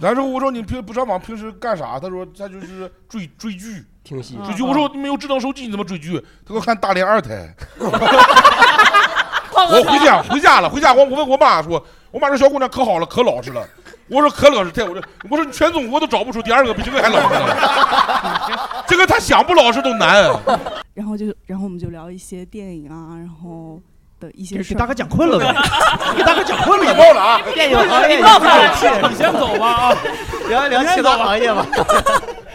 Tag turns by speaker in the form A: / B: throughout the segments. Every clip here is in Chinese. A: 来之后我说你平不上网平时干啥？他说他就是追追剧，
B: 听戏
A: 追剧。我说你没有智能手机你怎么追剧？他给我看《大连二 胎》。我回 家回家了，回家我我问我妈说，我妈说小姑娘可好了，可老实了。我说可老实太，我说我说你全中国都找不出第二个比这个还老实的了，这个他想不老实都 难。
C: 然后就，然后我们就聊一些电影啊，然后的一些
D: 给给
C: 事儿
D: 大哥讲困了都，给大哥讲困了，
C: 你爆了啊
D: 电影
C: 行业
E: 你告诉我，你先走吧啊，
B: 聊一聊
E: 你先
B: 其他
E: 走
B: 行业吧。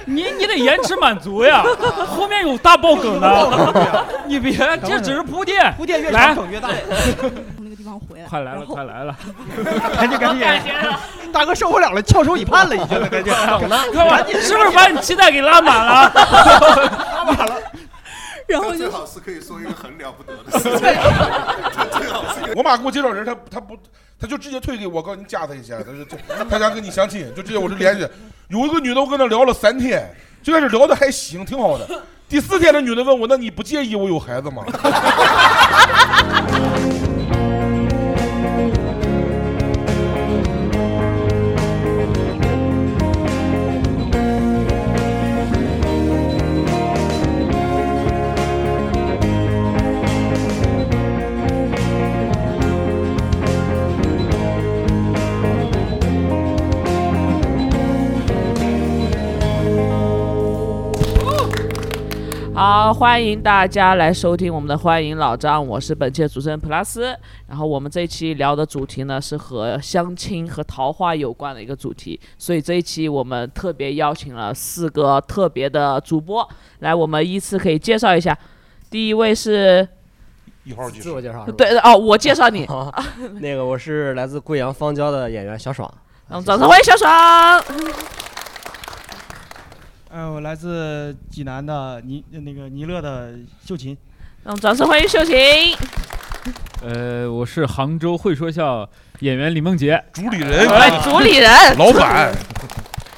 E: 你你得延迟满足呀，后面有大爆梗的，你别，这只是铺垫，
D: 铺垫越
E: 来
D: 长梗越大。
C: 从那个地方回来，
E: 快来了，
C: 然后
E: 快来了，
D: 赶紧赶紧， 大哥受不了了，翘首以盼了，已 经 了，赶紧
E: 等呢，快吧，是不是把你期待给拉满 了？
C: 然后
F: 最
C: 就
F: 好是可以说一个很了不得的事情，这最好是
A: 我妈给我介绍人，她她不，她就直接推给我，告诉你加她一下，她说这她想跟你相亲，就直接我就联系。有一个女的，我跟她聊了三天，最开始聊的还行，挺好的。第四天，那女的问我，那你不介意我有孩子吗？
G: 好，欢迎大家来收听我们的《欢迎老张》，我是本期的主持人普拉斯。然后我们这一期聊的主题呢是和相亲和桃花有关的一个主题，所以这一期我们特别邀请了四个特别的主播来，我们依次可以介绍一下。第一位是
A: 一号技
B: 自
A: 师，
B: 我介绍是吧
G: 对哦，我介绍你，
B: 啊， 那个我是来自贵阳方椒的演员小爽。
G: 嗯，掌声欢迎小爽。
D: 嗯，我来自济南的尼那个尼乐的秀琴，
G: 嗯，掌声欢迎秀琴。
H: 呃，我是杭州会说笑演员李梦洁，
A: 主理人，
G: 哎，主理人，
A: 老板，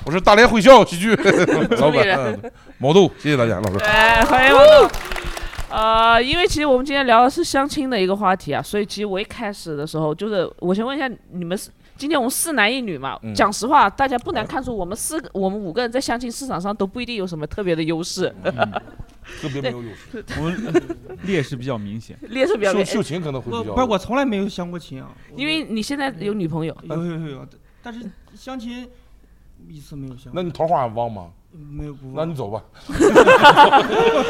A: 我是大连会笑喜剧老
G: 主理人
A: 板，嗯毛豆，谢谢大家，老师。
G: 对，哎欢迎王总。呃，因为其实我们今天聊的是相亲的一个话题啊，所以其实我一开始的时候，就是我先问一下你们是，今天我们四男一女嘛，
A: 嗯
G: 讲实话，大家不难看出我们四个，我们五个人在相亲市场上都不一定有什么特别的优势，
A: 嗯特别没有优势，
H: 我呃劣势比较明显。
G: 劣势比较
A: 秀
G: 明
A: 秀琴可能会
D: 我
A: 比较。
D: 不是我从来没有相过亲啊，
G: 因为你现在有女朋友，
D: 有有有有，哎但是相亲一次没有相
A: 那
D: 过，
A: 你桃花旺吗？
D: 没有不
A: 那你走吧。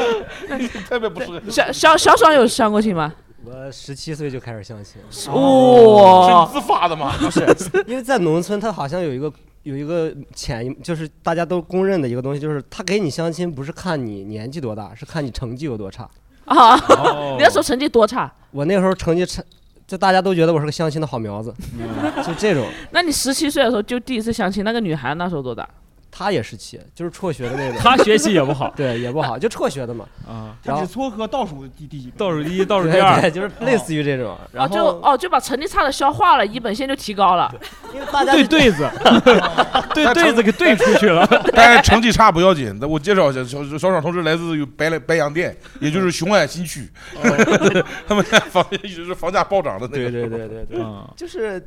A: 特别不适合。
G: 小小小爽有相过亲吗？
B: 我十七岁就开始相亲，
G: 哇、
H: 哦
A: 是你自发的 吗？
B: 因为在农村，它好像有一个有一个潜移，就是大家都公认的一个东西，就是他给你相亲不是看你年纪多大，是看你成绩有多差。
G: 啊！
H: 哦
G: 你那时候成绩多差？
B: 我那时候成绩差，就大家都觉得我是个相亲的好苗子，
H: 嗯
B: 就这种。
G: 那你十七岁的时候就第一次相亲，那个女孩那时候多大？
B: 他也是七，就是辍学的那种，
H: 他学习也 不好
B: 对，也不好，就辍学的嘛。
H: 啊，
D: 他只撮合倒数第第几名，
H: 倒数第一，倒数
B: 对
H: 第二
B: 对，，就是类似于这种。然
G: 哦，就
B: 后
G: 哦就把成绩差的消化了，一本线就提高了。
B: 因为大家
H: 对对子，对对子给对出去了。
A: 但是成绩差不要紧，那我介绍一下，小小爽同志来自于白来白洋淀，也就是雄安新区， 他们家房一直是房价暴涨的那
B: 哦对
A: 个。
B: 对对对对，
H: 嗯，
B: 就是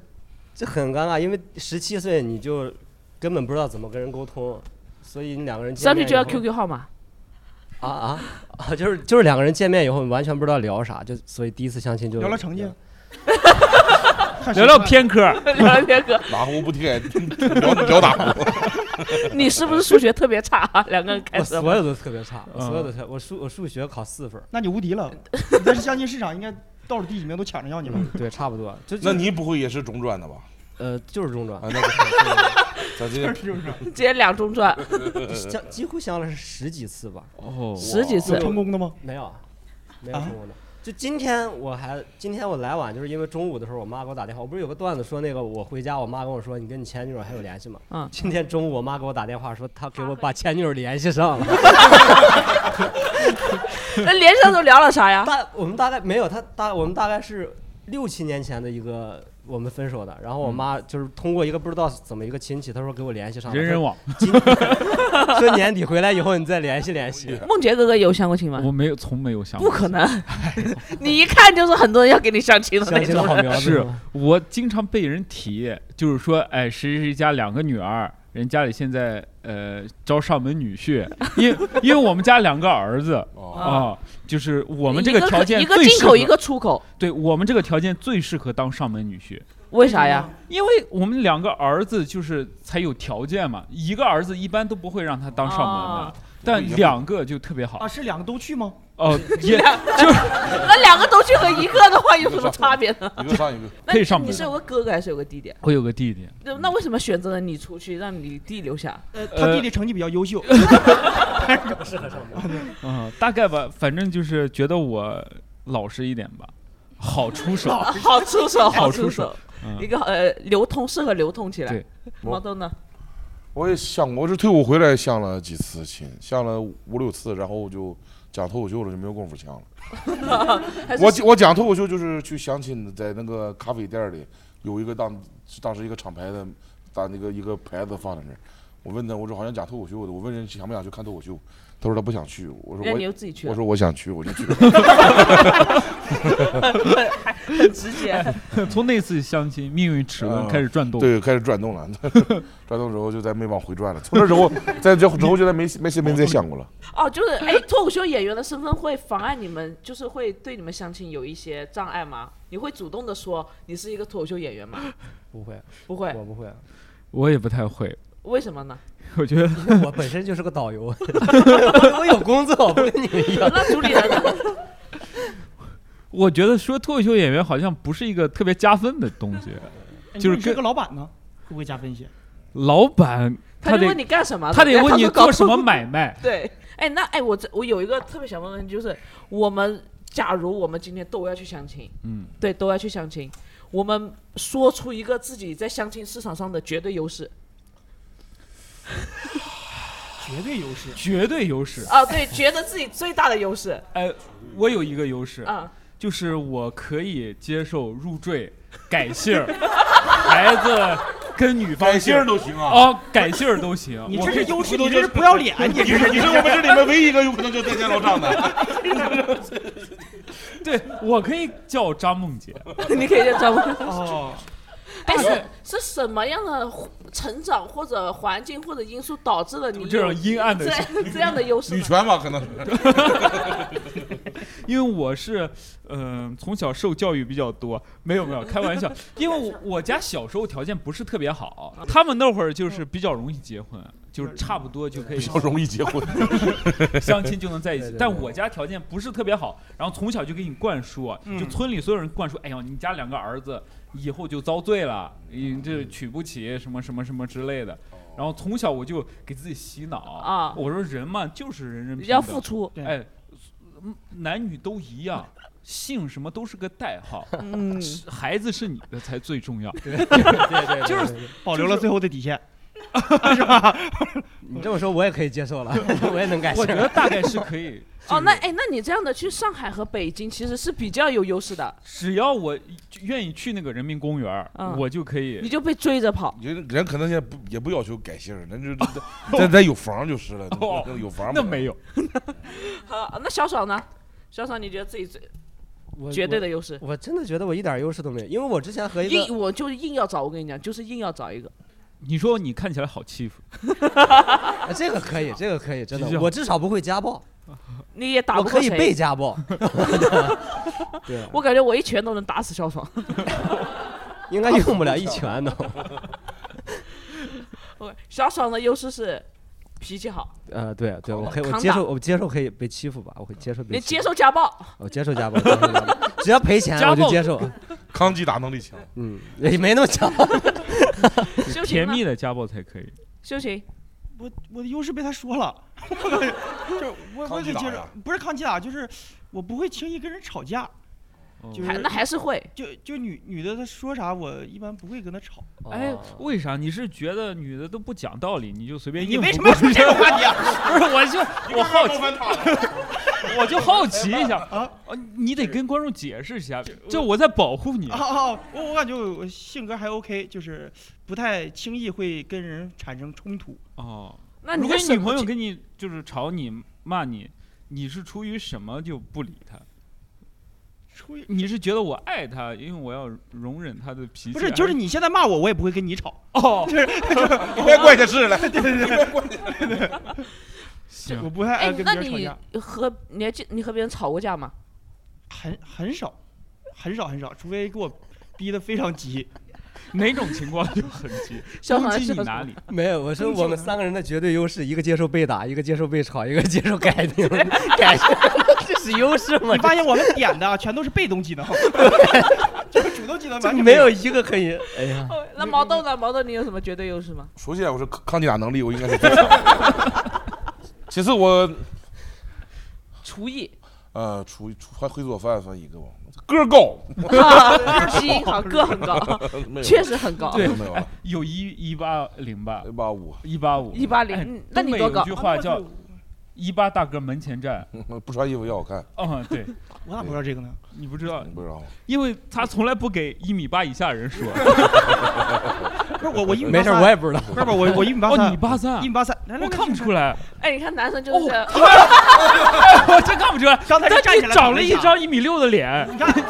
B: 这很尴尬，因为十七岁你就根本不知道怎么跟人沟通，所以你两个人见
G: 上去
B: 面
G: 就要
B: 以后
G: QQ 号码。
B: 啊啊啊！就是就是两个人见面以后完全不知道聊啥，就所以第一次相亲就
D: 聊聊成绩，看谁
H: 聊聊
D: 快
H: 偏科，
G: 聊天哥，
A: 哪壶不提盖，聊聊哪壶。
G: 你是不是数学特别差、啊？两个人开
B: 我
G: 始。
B: 所有都特别差，我
H: 嗯
B: 所有都特我数我数学考四分儿，
D: 那你无敌 了，你在相亲市场应该倒数第几名都抢着要你了。
B: 嗯 对，差不多。就就
A: 那你不会也是中专的吧？
B: 呃就是中专
A: 啊，，那个， 咱这个
G: 直接两中专，
B: 相几乎相了是十几次吧，
H: 哦，
G: 十几次
D: 有。成功的吗？
B: 没有没有
D: 啊
B: 成功的。就今天我还今天我来晚，就是因为中午的时候我妈给我打电话，我不是有个段子说那个我回家，我妈跟我说你跟你前女友还有联系吗？
G: 嗯
B: 今天中午我妈给我打电话说她给我把前女友联系上了，
G: 那连上都聊了啥呀？
B: 大我们大概没有她大我们大概是六七年前的一个我们分手的，然后我妈就是通过一个不知道怎么一个亲戚，她说给我联系上了，
H: 人人网，
B: 说说年底回来以后你再联系联系。
G: 梦洁哥哥有相过亲吗？
H: 我没有从没有想
G: 不
H: 过。
G: 可能， 你一看就是很多人要给你相亲的
B: 相
G: 那
B: 亲的
G: 种
B: 好
G: 人。
B: 苗子
H: 是
B: 吗
H: 我经常被人提，就是说，哎，谁谁谁家两个女儿，人家里现在呃招上门 女婿，因为因为我们家两个儿子啊，就是我们这
G: 一个
H: 条件
G: 一个
H: 最
G: 进
H: 适
G: 口
H: 合
G: 一个出口，
H: 对我们这个条件最适合当上门女婿，
G: 为啥哎呀？
H: 因为我们两个儿子就是才有条件嘛，一个儿子一般都不会让他当上门
G: 啊
H: 的，但两个就特别好
D: 啊，是两个都去吗？
H: 哦，也
G: 那两个都去和一个的话有什么差别呢？
A: 一个上一个，
G: 那
H: 可以上门
G: 你是有个哥哥还是有个弟弟啊？
H: 我有个弟弟，
G: 那那为什么选择了你出去，让你弟留下？
D: 呃，他弟弟成绩比较优秀，
H: 嗯，大概吧，反正就是觉得我老实一点吧，好出手，
G: 好出手，
H: 好
G: 出
H: 出
G: 手
H: 手，
G: 一
H: 嗯，
G: 个呃流通适合流通起来。
H: 对
G: 毛豆呢？
A: 我也相过，我是退伍回来相了几次亲，相了五六次，然后我就讲脱口秀了，就没有功夫相了。
G: 还是
A: 我我讲脱口秀就是去相亲，在那个咖啡店里有一个当当时一个厂牌的，把那个一个牌子放在那儿。我问他，我说好像讲脱口秀的，我问人想不想去看脱口秀，他说他不想去。我说
G: 让你
A: 我
G: 又自己去
A: 我
G: 了，
A: 说我想去，我就去了。
G: 很直接。
H: 从那次相亲，命运齿轮
A: 啊
H: 开始转动，
A: 对，开始转动了， 转动之后就再没往回转了。从那之后，在这之后就再没没没再想过了。
G: 哦，就是哎，脱口秀演员的身份会妨碍你们，就是会对你们相亲有一些障碍吗？你会主动的说你是一个脱口秀演员吗？
B: 不会，
G: 不会，
B: 我不会，啊
H: 我也不太会，
G: 为什么呢？
H: 我觉得
B: 我本身就是个导游， 我我有工作，我不跟你们一样。
G: 那主理人呢？
H: 我觉得说脱口秀演员好像不是一个特别加分的东 西，
D: 哎
H: 就是
D: 你是
H: 跟
D: 个老板呢，会不会加分些？
H: 老板
G: 他就
H: 得
G: 问你干什么的？
H: 他得问你
G: 说搞，
H: 做什么买卖
G: 对，哎，那哎，我这我有一个特别想问的问题，就是我们假如我们今天都要去相亲，
H: 嗯，
G: 对，都要去相亲，我们说出一个自己在相亲市场上的绝对优势
D: 绝对优势。
H: 绝对优势。
G: 啊， 对，觉得自己最大的优势
H: 哎，我有一个优势，
G: 啊，
H: 就是我可以接受入赘、改姓儿、 孩子跟女方姓儿
A: 都行啊！
H: 哦，改姓儿都行。
D: 你
H: 啊我
D: 这是优势，
A: 回头
D: 你
A: 就
D: 这是不要脸，你
A: 你是你是我们这里面唯一一个有可能就在家老 丈的。
H: 对我可以叫张梦 洁，
G: 你可以叫我。
D: 哦，
G: 哎，是是什么样的成长或者环境或者因素导致了你有
H: 这种阴暗的
G: 这这样的优势
A: 女
G: 呢？
A: 权吧，可能是。
H: 因为我是嗯、呃从小受教育比较多，没有没有开玩 笑，因为我我家小时候条件不是特别
D: 啊
H: 好，他们那会儿就是比较容易结婚，就是差不多就可以
A: 比较容易结婚，
H: 相亲就能在一起
B: 对对。对
H: 但我家条件不是特别好，然后从小就给你灌输啊，
D: 嗯
H: 就村里所有人灌输，哎呦，你家两个儿子以后就遭罪了，你这
D: 嗯
H: 娶不起什么什么什么之类的。
D: 哦
H: 然后从小我就给自己洗脑
G: 啊
H: 我说人嘛就是人人平等
G: 要付，出，
D: 对
H: 哎，嗯男女都一样。姓什么都是个代号，
G: 嗯，
H: 是孩子是你的才最重 要。
B: 对对，
H: 就是
B: 对
D: 保留了最后的底 线。
B: 你这么说，我也可以接受了， 我也能改
H: 我
B: 姓
H: 觉。得大概是可以。
G: 哦，
H: 就是
G: 那哎，那你这样的去上海和北京其实是比较有优势的，
H: 只要我愿意去那个人民公园儿，
G: 嗯
H: 我就可以
G: 你就被追着跑。
A: 人人可能现在不也不要求改姓儿，那就咱咱有房就是了
H: 哦，
A: 有房
H: 那没有。
G: 好，那小爽呢？小爽，你觉得自己最
B: 我
G: 绝对的优势？
B: 我，我真的觉得我一点优势都没有，因为我之前和一个
G: 硬，我就硬要找，我跟你讲，就是硬要找一个。
H: 你说你看起来好欺负，
B: 啊这个 可以，这个可以，真
H: 比较
B: 的，我至少不会家暴，
G: 你也打
B: 我
G: 不过
B: 可以被
G: 谁，
B: 家暴。对，啊
G: 我感觉我一拳都能打死小爽。
B: 应该用不了一拳都。
G: OK，小爽的优势是脾气好，
B: 呃，对对，我可以，我
G: 扛
B: 接
G: 打
B: 受，我接受可以被欺负吧，我会接受被
G: 你
B: 欺
G: 接
B: 负。
G: 受家暴，
B: 我接受家暴，接受家暴只要赔钱
H: 家
B: 我就
H: 暴
B: 接 受。
A: 抗击打能力强，
B: 嗯，也没那 么强。
G: 修行
H: 甜
G: 呢？
H: 蜜的家暴才可以。
G: 修行，
D: 我我的优势被他说 了，就是我我
A: 抗击
D: 得
A: 打
D: 接受
A: 呀，
D: 不是抗击打，就是我不会轻易跟人吵架，就
H: 嗯
G: 还
D: 是
G: 那还是会。
D: 就就女女的她说啥，我一般不会跟她吵。
H: 哎，为啥？你是觉得女的都不讲道理，你就随便
D: 你
H: 应付？
D: 为什么要说这 种话题啊？
H: 不是，我就我好 奇，
A: 他，
H: 我就好奇一下
D: 啊
H: 啊！你得跟观众解释一下，这我在保护你
D: 啊。啊！啊我我感觉我性格还 OK，就是不太轻易会跟人产生冲突。
H: 哦，
G: 那
H: 如
G: 你
H: 果
G: 跟
H: 你女朋友跟你就是吵你骂你，你是出于什么就不理她？
D: 出于
H: 你是觉得我爱他，因为我要容忍他的脾气？
D: 不是，就是你现在骂我，我也不会跟你吵，
H: 哦，
D: 就是
A: 你别管这事了，
D: 我不太爱呃
G: 哎，
D: 跟
G: 那
D: 别人吵
G: 你
D: 架，
G: 和你还记你和别人吵过架吗？
D: 很很少，很少很少，除非给我逼得非常 急。
H: 哪种情况就很 急，
G: 小
H: 攻
G: 孩
H: 击
G: 是
H: 你哪里？
B: 没有，我说我们三个人的绝对优势，一个接受被打，一个接受被吵，一个接受改 名改姓， 这是优势吗
D: 你？发现我们点的啊全都是被动技 能，就是主动技能
B: 这
D: 完全
B: 没有一个可以。哎呀，
G: 哦那毛豆呢？毛豆，你有什么绝对优势吗？
A: 首先我是抗抗击打能力，我应该是最强的。其次我
G: 厨艺、
A: 呃，厨厨还会做饭算一个吧，个儿高，
D: 啊
G: 基因好，个很高，
A: 没有
G: 确实很高。
H: 对
A: 没有了，
H: 有一一八零吧，
A: 一八五，
H: 一八五，
G: 一八
H: 哎
G: 零，那
H: 东
G: 你
H: 北
G: 多
H: 有
G: 高
H: 句？话叫“一八大哥门前站
A: 不穿衣服要好看，”。
H: 哦，对，
D: 我咋不知道这个呢？
H: 你不知道
A: 你，不知道吗？
H: 因为他从来不给一米八以下人说。
D: 不是我我一米
B: 没
D: 八
B: 事，
D: 三，
B: 我也不知道。
D: 不是不是我我一米八
H: 哦，你
D: 三，
H: 八三
D: 一米，八三，来来
H: 我
D: 来
H: 看不出来，
G: 哎，你看男生
D: 哦
G: 就是这样，
H: 我真看不出来。
D: 刚才是
H: 但
D: 站
H: 你
D: 起来
H: 长了
D: 一
H: 一
D: 下
H: 张一米六的脸，
D: 你看
H: 你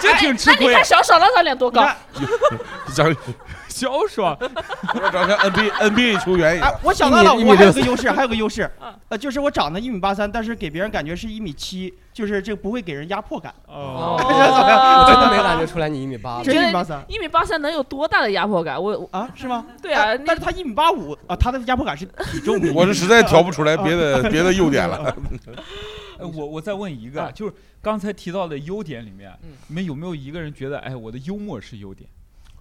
H: 这挺吃
G: 那你
H: 亏。
G: 看小爽那张脸多
D: 啊你
G: 高？
D: 看，
A: 长
H: 小爽，
A: 长像 NBA NBA 球员一
D: 哎
A: 样，，
D: 我想到了，
B: 一米一米
D: 我还有
B: 六
D: 个
B: 四
D: 优势，啊还有个优 势
G: 嗯，
D: 呃，就是我长得一米八三，但是给别人感觉是一米七，就是这个不会给人压迫感。
H: 哦，
B: 我真的
G: 哦
B: 没感觉出来你一米八
G: 你
B: 了
G: 觉
D: 真啊一米
G: 得
D: 八三
G: 一米八三能有多大的压迫感？我，我
D: 啊？是吗？
G: 对啊，
D: 但但是他一米八五啊，他的压迫感是体重。
A: 我是实在挑不出来别的别的优点了。
H: 呃我我再问一个
B: 嗯
G: 啊，
H: 就是刚才提到的优点里面
G: 嗯，
H: 你们有没有一个人觉得，哎，我的幽默是优点？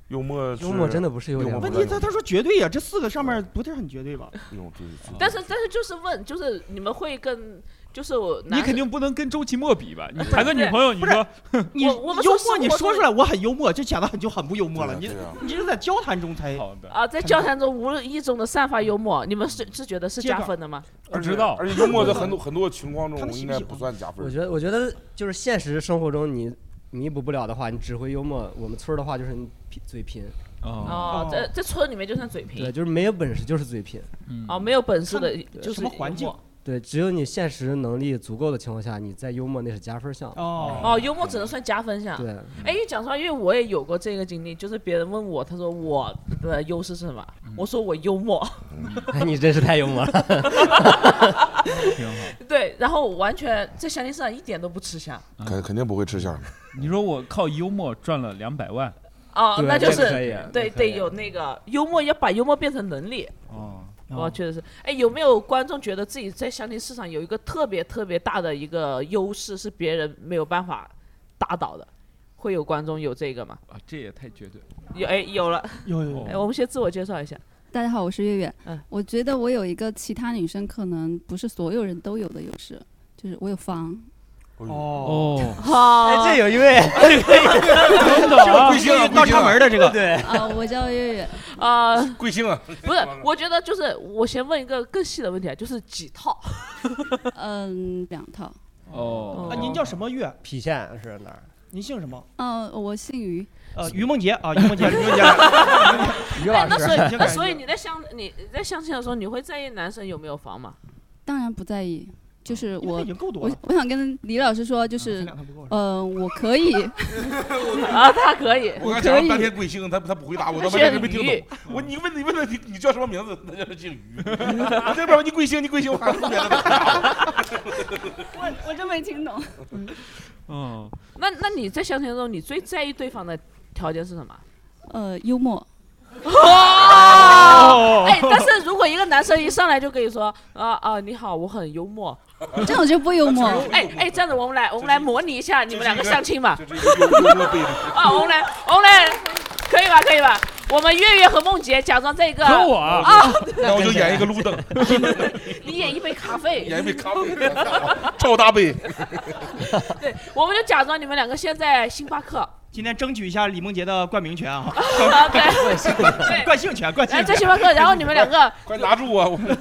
A: 幽默，
B: 幽默真的不是优点
A: 幽默
B: 吗
D: 问，题他他说绝对呀，这四个上面不是很绝 对吧？
A: 那种最最
G: 但是但是就是问，就是你们会跟就是我男
H: 你肯定不能跟周奇墨比吧？你谈个女朋友，你
D: 不是
H: 说
D: 你
G: 我我们
D: 幽
G: 说
D: 默，
G: 生
D: 你
G: 活
D: 说出
G: 中
D: 来我很幽默，这显得很就很不幽默
A: 对
D: 了。
A: 啊
D: 你
A: 对啊
D: 你这是在交谈中才
H: 好的，
G: 啊，在交谈中无意中的散发幽默，你们是是觉得是
D: 接
G: 加
D: 着
G: 分的吗？
H: 不知道
A: 而且幽默在很多很多情况
D: 他们
A: 中
D: 喜
A: 应
D: 不喜欢
A: 该不算加分
B: 我。觉得，我觉得就是现实生活中你弥补不了的话，你只会幽默。我们村儿的话就是你贫嘴贫，
H: 哦，
G: 哦
D: 哦，
G: 在在村里面就算嘴贫
B: 对，就是没有本事就是嘴贫。
H: 嗯
G: 哦，没有本事的
D: 看
G: 就是
D: 什么环境
G: 幽默
B: 对，只有你现实能力足够的情况下，你在幽默那是加分项。
D: 哦，
G: 哦，幽默只能算加分项。
B: 对，
G: 哎，讲实话，因为我也有过这个经历，就是别人问我，他说我的优势是什么？
D: 嗯
G: 我说我幽默，
B: 哎，你真是太 幽默了。
H: 挺好。
G: 对，然后我完全在相亲市场一点都不吃香
A: 肯肯定不会吃香的，
H: 嗯你说我靠幽默赚了两百万，
G: 哦，
B: 对
G: 那就
B: 这个可
G: 是
B: 以啊
G: 对
B: 这个可
G: 得
B: 以啊
G: 有那个幽默，要把幽默变成能力。
H: 哦，
G: 哦，确实是。哎，有没有观众觉得自己在相亲市场有一个特别特别大的一个优势，是别人没有办法打倒的？会有观众有这个吗？
H: 啊，这也太绝对了。
G: 有哎，有了。
D: 有有
H: 哦
B: 哦
D: 有，
G: 哎，我们先自我介绍一下。
I: 大家好，我是月月。
G: 嗯
I: 我觉得我有一个其他女生可能不是所有人都有的优势，就是我有房。
D: 哦，
H: 哦，
G: 好
B: 哎，这有一位，
H: 真的啊
A: 贵，姓啊，
D: 倒
A: 贵姓
D: 插
A: 啊，
D: 门的这个，
B: 对，
I: 啊，我叫月月，
G: 啊、
A: 贵姓啊，
G: 不是，我觉得就是我先问一个更细的问题啊，就是几套？
I: 嗯，两套。
H: 哦
D: 啊，您叫什么月？
B: 郫县是哪儿？
D: 您姓什么？
I: 嗯、我姓于，
D: 呃，于梦洁啊，于梦洁，于 梦洁，
B: 于
G: 哎
B: 老，
G: 那
B: 师。
G: 所以
D: 先
G: 那
D: 改
G: 所以
D: 一个
G: 你在相你在相亲的时候，你会在意男生有没有房吗？
I: 当然不在意，就是
D: 因为
I: 我
D: 已，经够多
I: 我
D: 了，
I: 我想跟李老师说，就
D: 这
I: 是，
D: 两套不够了。
I: 嗯、我可以，
G: 啊，他可以。
A: 我刚
I: 可
A: 讲了
I: 以
A: 半天贵姓，他他不回答我，
G: 他
A: 他半
G: 选
A: 天没听
G: 鱼
A: 懂。我你问你问他你你叫什么名字？他就是姓于。我这边问你贵姓，你贵姓，我还后面的。
I: 我我真没听懂。
H: 嗯，
G: 那那你在相亲的时候，你最在意对方的条件是什么？
I: 呃，幽默，
G: 哦，哎，但是如果一个男生一上来就跟你说啊啊，你好，我很幽默，
I: 这种就不幽默。
G: 哎哎，这样子我们来我们来模拟一下你们两个相亲吧，
A: 这是一个幽幽默背景。
G: 啊，我们来我们来，可以吧可以吧？我们月月和梦洁假装这个，
H: 和我啊，
A: 然后我就演一个路灯，
G: 你演一杯咖 啡，
A: 演一杯咖 啡，赵大杯。
G: 对，我们就假装你们两个现在星巴 克，
D: 今天争取一下李梦洁的冠名权啊，
G: 啊对 对，
D: 冠姓权，冠姓
G: 来哎在
D: 权。
G: 星巴克，然后你们两个，
A: 快拿住啊！我们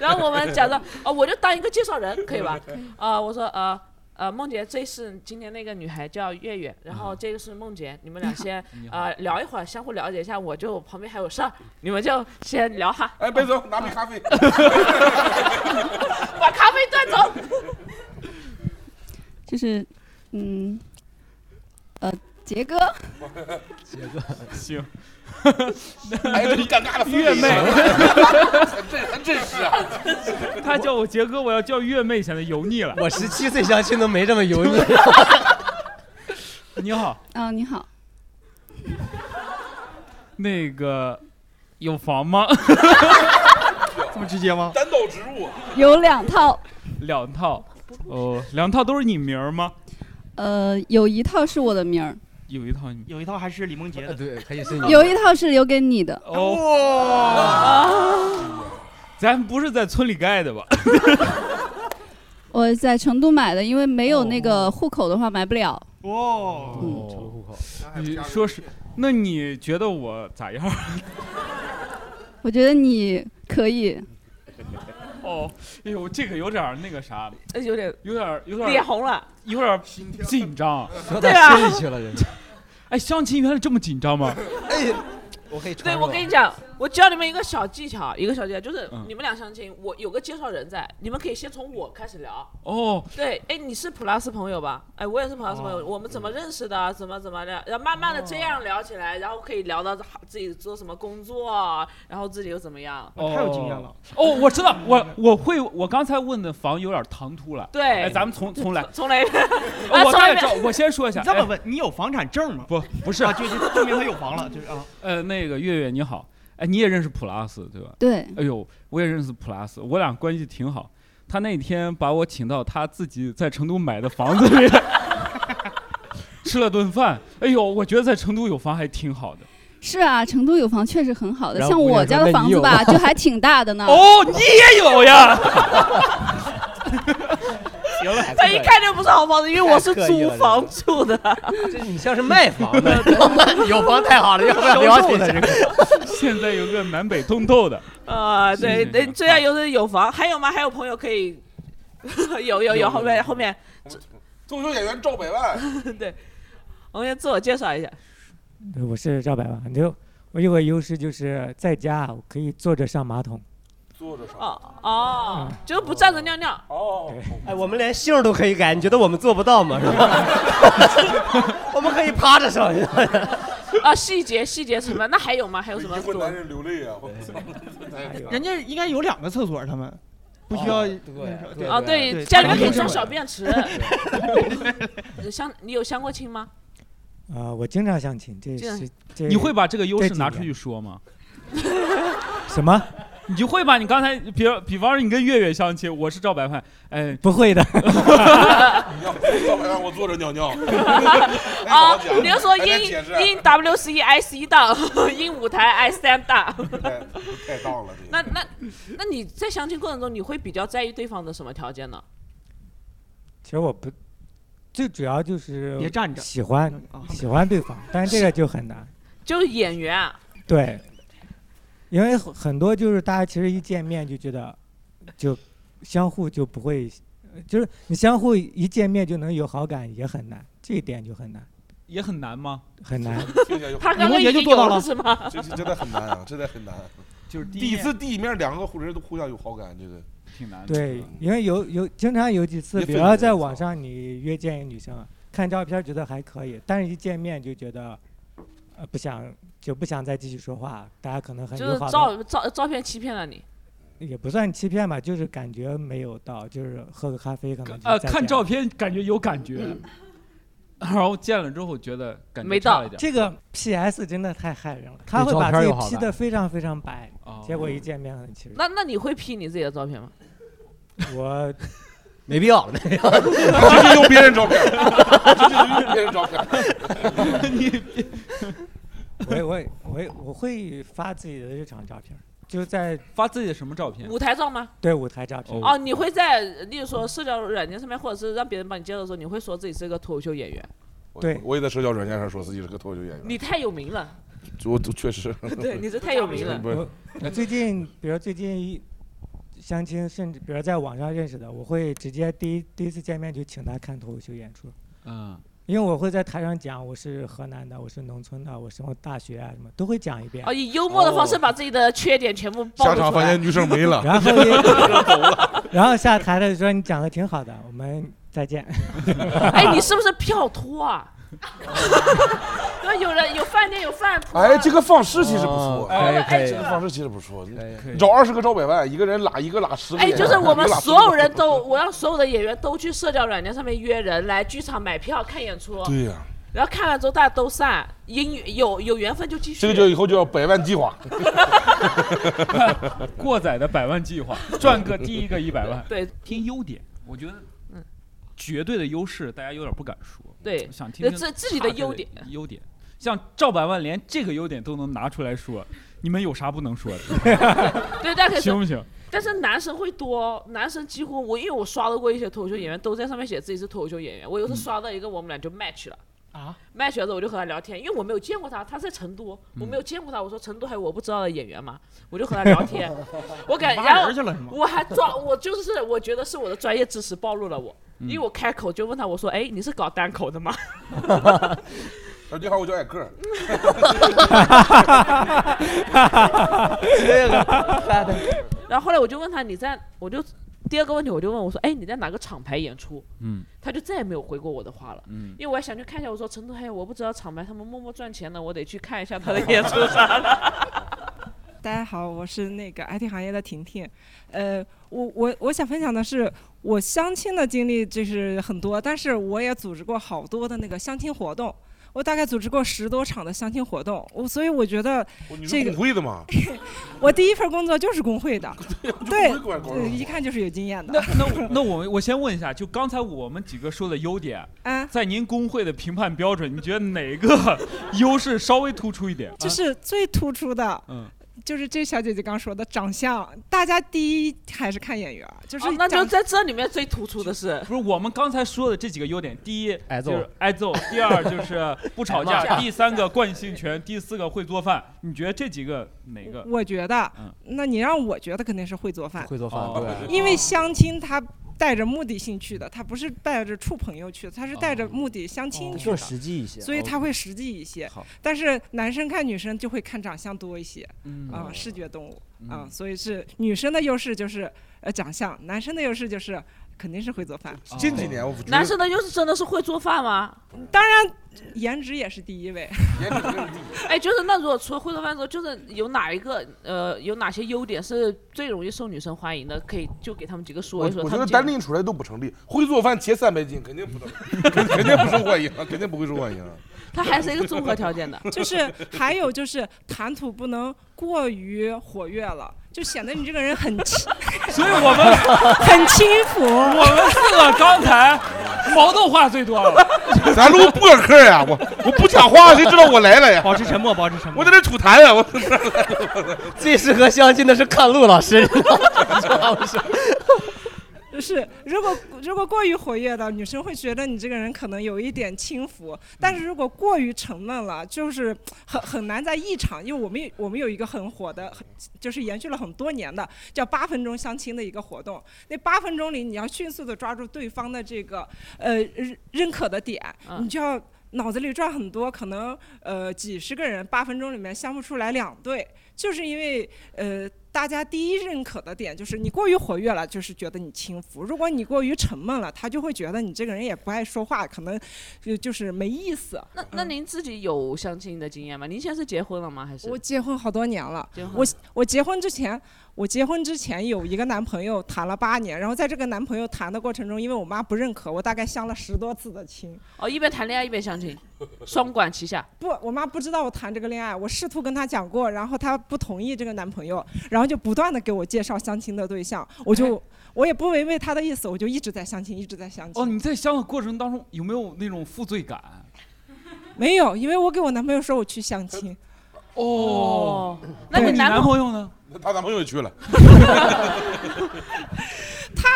G: 然后我们假装哦，我就当一个介绍人，可 以吧？啊，我说呃呃，梦洁，这是今天那个女孩叫月月，然
A: 啊
G: 后这个是梦洁， 你们俩先
H: 你好
G: 呃聊一会儿，相互了解一下，我就旁边还有事儿，你们就先聊哈，
A: 哎，别走，拿杯咖啡。
G: 把咖啡端走。
I: 就是嗯，呃，杰哥，
H: 行，
A: 哎，这个尴尬的氛围
H: 越妹
A: 很真很真实啊！
H: 他叫我杰哥，我要叫月妹，显得油腻了。
B: 我十七岁相亲都没这么油腻。
H: 你好，
I: 啊、你好，
H: 那个有房吗？
D: 这么直接吗？
A: 单刀直入，啊
I: 有两套，
H: 两套，哦，两套都是你名儿吗？
I: 呃，有一套是我的名儿，
H: 有一套你
D: 有一套还是李梦洁的，
B: 对，可以
A: 嗯
B: 是
I: 有一套是留给你的，
H: 哦，咱不是在村里盖的吧？
I: 我在成都买的，因为没有那
A: 哦
I: 个户口的话买不了。
D: 哦，
H: 哦，
B: 口。
H: 你说是？那你觉得我咋样？
I: 我觉得你可以，
H: 哦，哎呦，这个有点儿那个啥，
G: 哎有点
H: 有点儿有点
G: 脸
H: 儿
G: 红了。啊
H: 有点儿紧张。啊
B: 说到心里去了，人家。
H: 哎，相亲原来这么紧张吗？
B: 哎，我可以穿
G: 对，
B: 上
G: 我跟你讲，我教你们一个小技巧，一个小技巧就是
H: 嗯
G: 你们俩相亲，我有个介绍人在，你们可以先从我 开始聊。
H: 哦，
G: 对，哎，你是普拉斯朋友吧？哎，我也是普拉斯朋友，我们怎么认识的？啊怎么怎么的？然后慢慢的这样聊起来，然后可以聊到自己做什么工作，然后自己又怎么样？
H: 哦
D: 太有经验了。
H: 哦，我知道，我我会，我刚才问的房有点唐突了。
G: 对
H: 哎，咱们从从来，
G: 从来，
H: 呃 我
G: 从
H: 大
G: 来啊没
H: 概知道，我先说一下
D: 你。这么
H: 哎
D: 问，你有房产证吗？
H: 不不是
D: 啊，，就是证明他有房了，就是啊，
H: 呃，那个月月你好，哎，你也认识普拉斯对吧？
I: 对，
H: 哎呦，我也认识普拉斯，我俩关系挺好。他那天把我请到他自己在成都买的房子里， 吃了顿饭。哎呦，我觉得在成都有房还挺好的。
I: 是啊，成都有房确实很好的，
B: 然后
I: 像
B: 姑娘
I: 我
B: 说
I: 家
B: 那
I: 的
B: 你
I: 房子
B: 有
I: 吧，就还挺大的呢。
H: 哦，你也有呀？行了，
G: 他一看就不是好房子，因为我是租房住的。
B: 啊这你像是卖房的， 有房太好了，要不要了解一下？
H: 现在有个南北通透的，
G: 啊，对
H: 是是
G: 对，
H: 是
G: 这样有人有房，还有吗？还有朋友可以， 有有有，后面后面
A: 脱口秀演员赵百 万，
G: 我们先自我介绍一下。
J: 对， 我是赵百万。就我有个优势就是在家啊我可以坐着上马桶。
A: 坐着上。
G: 哦
B: 嗯
G: 哦，就是不站着尿尿。
A: 哦，
B: 哎，我们连姓儿都可以改，你觉得我们做不到吗？是吧？我们可以趴着上，
G: 啊，细节细节成分，那还有吗？还有
A: 已
G: 什么
A: 经
G: 多
A: 会？男人流泪啊！我操，
D: 人家应该有两个厕所，他们不需
A: 哦
D: 要。
B: 对
G: 啊，
D: 对
G: 家里面可以
D: 对
G: 装小 便池。相你有相过亲吗？
J: 啊、我经常相亲，这
G: 这样
J: 是这
H: 你会把这个优势
J: 这几
H: 拿出
J: 年
H: 去说吗？
J: 什么？
H: 你就会把你刚才，比比方说你跟月月相亲，我是赵百万，哎，
J: 不会的，
A: 你要赵百万，我坐着尿 尿。
G: 啊
A: 啊，
G: 你就说
A: 英
G: 因因 W 十一 I 十一档，因舞台 I 三档。
A: 太太当了，这
G: 那那那你在相亲过程中，你会比较在意对方的什么条件呢？
J: 其实我不，最主要就是
D: 别站着
J: 喜欢
D: 啊，
J: 喜欢对方，但是这个就很难。
G: 就是演员啊，
J: 对，因为很很多就是大家其实一见面就觉得，就相互就不会，呃就是你相互一见面就能有好感也很难，这一点就很难
H: 也很难吗？
J: 很难。
A: 个听起来就
G: 他刚刚
D: 李梦洁
G: 已
D: 就
G: 经
D: 做到
G: 有
D: 了。
G: 了是吗？
A: 这这真的很难啊，真的很难。
H: 就是第
A: 第一
H: 一
A: 次第一面，两个人都互相有好感，这个
H: 挺难的。
J: 对，因为有有经常有几次，
A: 也
J: 比
A: 费
J: 如说
A: 劲
J: 在
A: 的
J: 网
A: 操
J: 上你约见一个女生，啊看照片觉得还可以，但是一见面就觉得，呃，不想就不想再继续说话。大家可能很
G: 就
J: 友
G: 是
J: 好的，
G: 照照照片欺骗了你。
J: 也不算欺骗吧，就是感觉没有到，就是喝个咖啡可能就
H: 呃，
J: 再
H: 看
J: 见
H: 照
J: 了
H: 片感觉有感觉，然后见了之后觉得感
G: 嗯
H: 觉
G: 没
H: 差
G: 到
H: 了一点。
J: 这个 PS 真的太害人了，他会
B: 对照
J: 把
B: 片
J: 自
B: 有
J: 己
B: 好
J: P
B: 感
J: 的非常非常白，
H: 哦
J: 结果一见面很其实
G: 那那你会 P 你自己的照片吗？
J: 我
B: 没必要了。
A: 直接用别人照片，直接用别人照片。
J: 我我我我会发自己的日常照片，就在
H: 发自己的什么照片？
G: 舞台照吗？
J: 对舞台照片。
G: 哦，你会在例如说社交软件上面，或者是让别人帮你介绍的时候，你会说自己是个脱口秀演员，
J: 对
A: 我也在社交软件上说自己是个脱口秀演员，
G: 你太有名了，
A: 我我确实
G: 对，你是太有名了。
A: 哦不是
J: 我呃最近，比如最近一相亲，甚至比如在网上认识的，我会直接第一第一次见面就请他看脱口秀演出，
H: 嗯，
J: 因为我会在台上讲我是河南的，我是农村的，我什么大学啊什么都会讲一遍
G: 哦，，以幽默的方式把自己的缺点全部暴
A: 下
G: 露
A: 场
G: 出
A: 发
G: 来
A: 现。女生没了，
J: 然后也然后下台了就说你讲的挺好的，我们再见。
G: 哎，你是不是票托啊？ 那有人有饭店有饭托啊。
A: 哎，这个放尸其实不错，哎
G: 啊可以可以
A: 这个放尸其实不错。你找二十个赵百万，一个人拉一个拉十个
G: 哎，
A: 演员，
G: 就是我们
A: 一个拉十个
G: 所有人都，我让所有的演员都去社交软件上面约人来剧场买票看演出。
A: 对呀。
G: 然后看完之后大家都散，英语有有缘分就继 续。
A: 这个就以后就叫百万计 划。
H: 过载的百万计 划，赚个第一个一百万。
G: 对，
H: 听优点，我觉得
G: 嗯
H: 绝对的优势，大家有点不敢说。
G: 对
H: 想听听
G: 自自己的
H: 他
G: 优点
H: 优点。像赵百万连这个优点都能拿出来说，你们有啥不能说的？
G: 对，大家可以说
H: 行不行？
G: 但是男生会多哦，男生几乎我因为我刷到过一些脱口秀演员，都在上面写自己是脱口秀演员。我有时刷到一个，我们俩就 match 了。
H: 啊
G: ，match 了之后我就和他聊天，因为我没有见过他，他在成都，我没有见过他。我说成都还有我不知道的演员嘛，我就和他聊天 我感
D: 挖
G: 然后
D: 人去了是吗
G: 我还装，我就是我觉得是我的专业知识暴露了我，
A: 嗯
G: 因为我开口就问他，我说：“哎，你是搞单口的吗？”
A: 他说你好，我叫矮个 儿。
G: 这
A: 个
G: 然后后来我就问他，你在，我就第二个问题我就问我说，哎，你在哪个厂牌演出？
H: 嗯，
G: 他就再也没有回过我的话了。
H: 嗯
G: 因为我还想去看一下，我说成都还有我不知道厂牌，他们默默赚钱呢，我得去看一下他的演出啥的。
K: 大家好，我是那个 IT 行业的婷婷。呃，我我我想分享的是，我相亲的经历就是很多，但是我也组织过好多的那个相亲活动，我大概组织过十多场的相亲活动，我所以我觉得
A: 哦你
K: 这
A: 是
K: 个
A: 工会的吗？
K: 我第一份工作就是工 会的， 对，
A: 工会管工
K: 对
A: 作
K: 一看就是有经验的
H: 那。那我那我我先问一下，就刚才我们几个说的优点，
K: 啊
H: 在您工会的评判标准，你觉得 哪个优势稍微突出一点？
K: 就
H: 啊
K: 是最突出的，
H: 嗯，
K: 就是这小姐姐刚说的长相，大家第一还是看演员，就是
G: 哦那就
K: 长
G: 在这里面最突出的是，
H: 不是我们刚才说的这几个优点？第一，
B: 挨揍
H: 就是挨揍；第二就是不吵
K: 挨骂
H: 架；第三个惯性拳；第四个会做饭。你觉得这几个哪个？
K: 我觉得
H: 嗯，
K: 那你让我觉得肯定是会做饭，
H: 会做饭哦对
K: 因为相亲他带着目的性去的，他不是带着处朋友去的，他是带
H: 哦
K: 着目的相亲去的，
B: 更实际一些
K: 所以他
B: 哦
K: 会实际一些
B: 好。
K: 但是男生看女生就会看长相多一些
H: 嗯，
K: 啊
H: 哦，
K: 视觉动物啊，
H: 嗯
K: 所以是女生的优势就是呃长相，男生的优势就是肯定是会做饭。
A: 近
H: 哦
A: 几年我觉得
G: 男生的优势真的是会做饭吗？
K: 当然，颜值也是第一位。
G: 哎，就是那如果除了会做饭之后，就是有哪一个呃有哪些优点是最容易受女生欢迎的？可以就给他们几个说
A: 我
G: 一说。
A: 我
G: 他
A: 觉
G: 们
A: 得
G: 几
A: 单
G: 个
A: 拎出来都不成立，会做饭且三百斤肯定不能，肯肯定不受欢迎，肯定不会受欢迎。啊
G: 他还是一个综合条件的
K: 就是还有就是谈吐不能过于活跃了，就显得你这个人很轻，
H: 所以我们
K: 很轻浮。
H: 我们四个刚才矛盾话最多了。
A: 咱录播客呀，我我不讲话，谁知道我来了呀？
D: 保持沉默，保持沉默。
A: 我在这吐痰呀，我
B: 最适合相亲的是看陆老师。
K: 就是如果如果过于活跃的，女生会觉得你这个人可能有一点轻浮；但是如果过于沉闷了，就是很很难在一场，因为我们我们有一个很火的，很就是延续了很多年的叫八分钟相亲的一个活动。那八分钟里，你要迅速的抓住对方的这个呃认认可的点，
G: 嗯
K: 你就要。脑子里转很多，可能呃几十个人，八分钟里面相不出来两对，就是因为呃大家第一认可的点就是你过于活跃了，就是觉得你轻浮；如果你过于沉闷了，他就会觉得你这个人也不爱说话，可能呃就就是没意思。嗯
G: 那那您自己有相亲的经验吗？您现在是结婚了吗？还是
K: 我结婚好多年了
G: 结婚，
K: 我我结婚之前，我结婚之前有一个男朋友谈了八年，然后在这个男朋友谈的过程中，因为我妈不认可，我大概相了十多次的亲。
G: 哦，一边谈恋爱一边相亲，双管齐下。
K: 不，我妈不知道我谈这个恋爱，我试图跟她讲过，然后她不同意这个男朋友，然后就不断的给我介绍相亲的对象，我就我也不违背她的意思，我就一直在相亲，一直在相亲。
H: 哦，你在相的过程当中有没有那种负罪感？
K: 没有，因为我给我男朋友说我去相亲。
H: 哦
K: 那你男
H: 朋友呢？
A: 她男朋友也 去了，
K: 他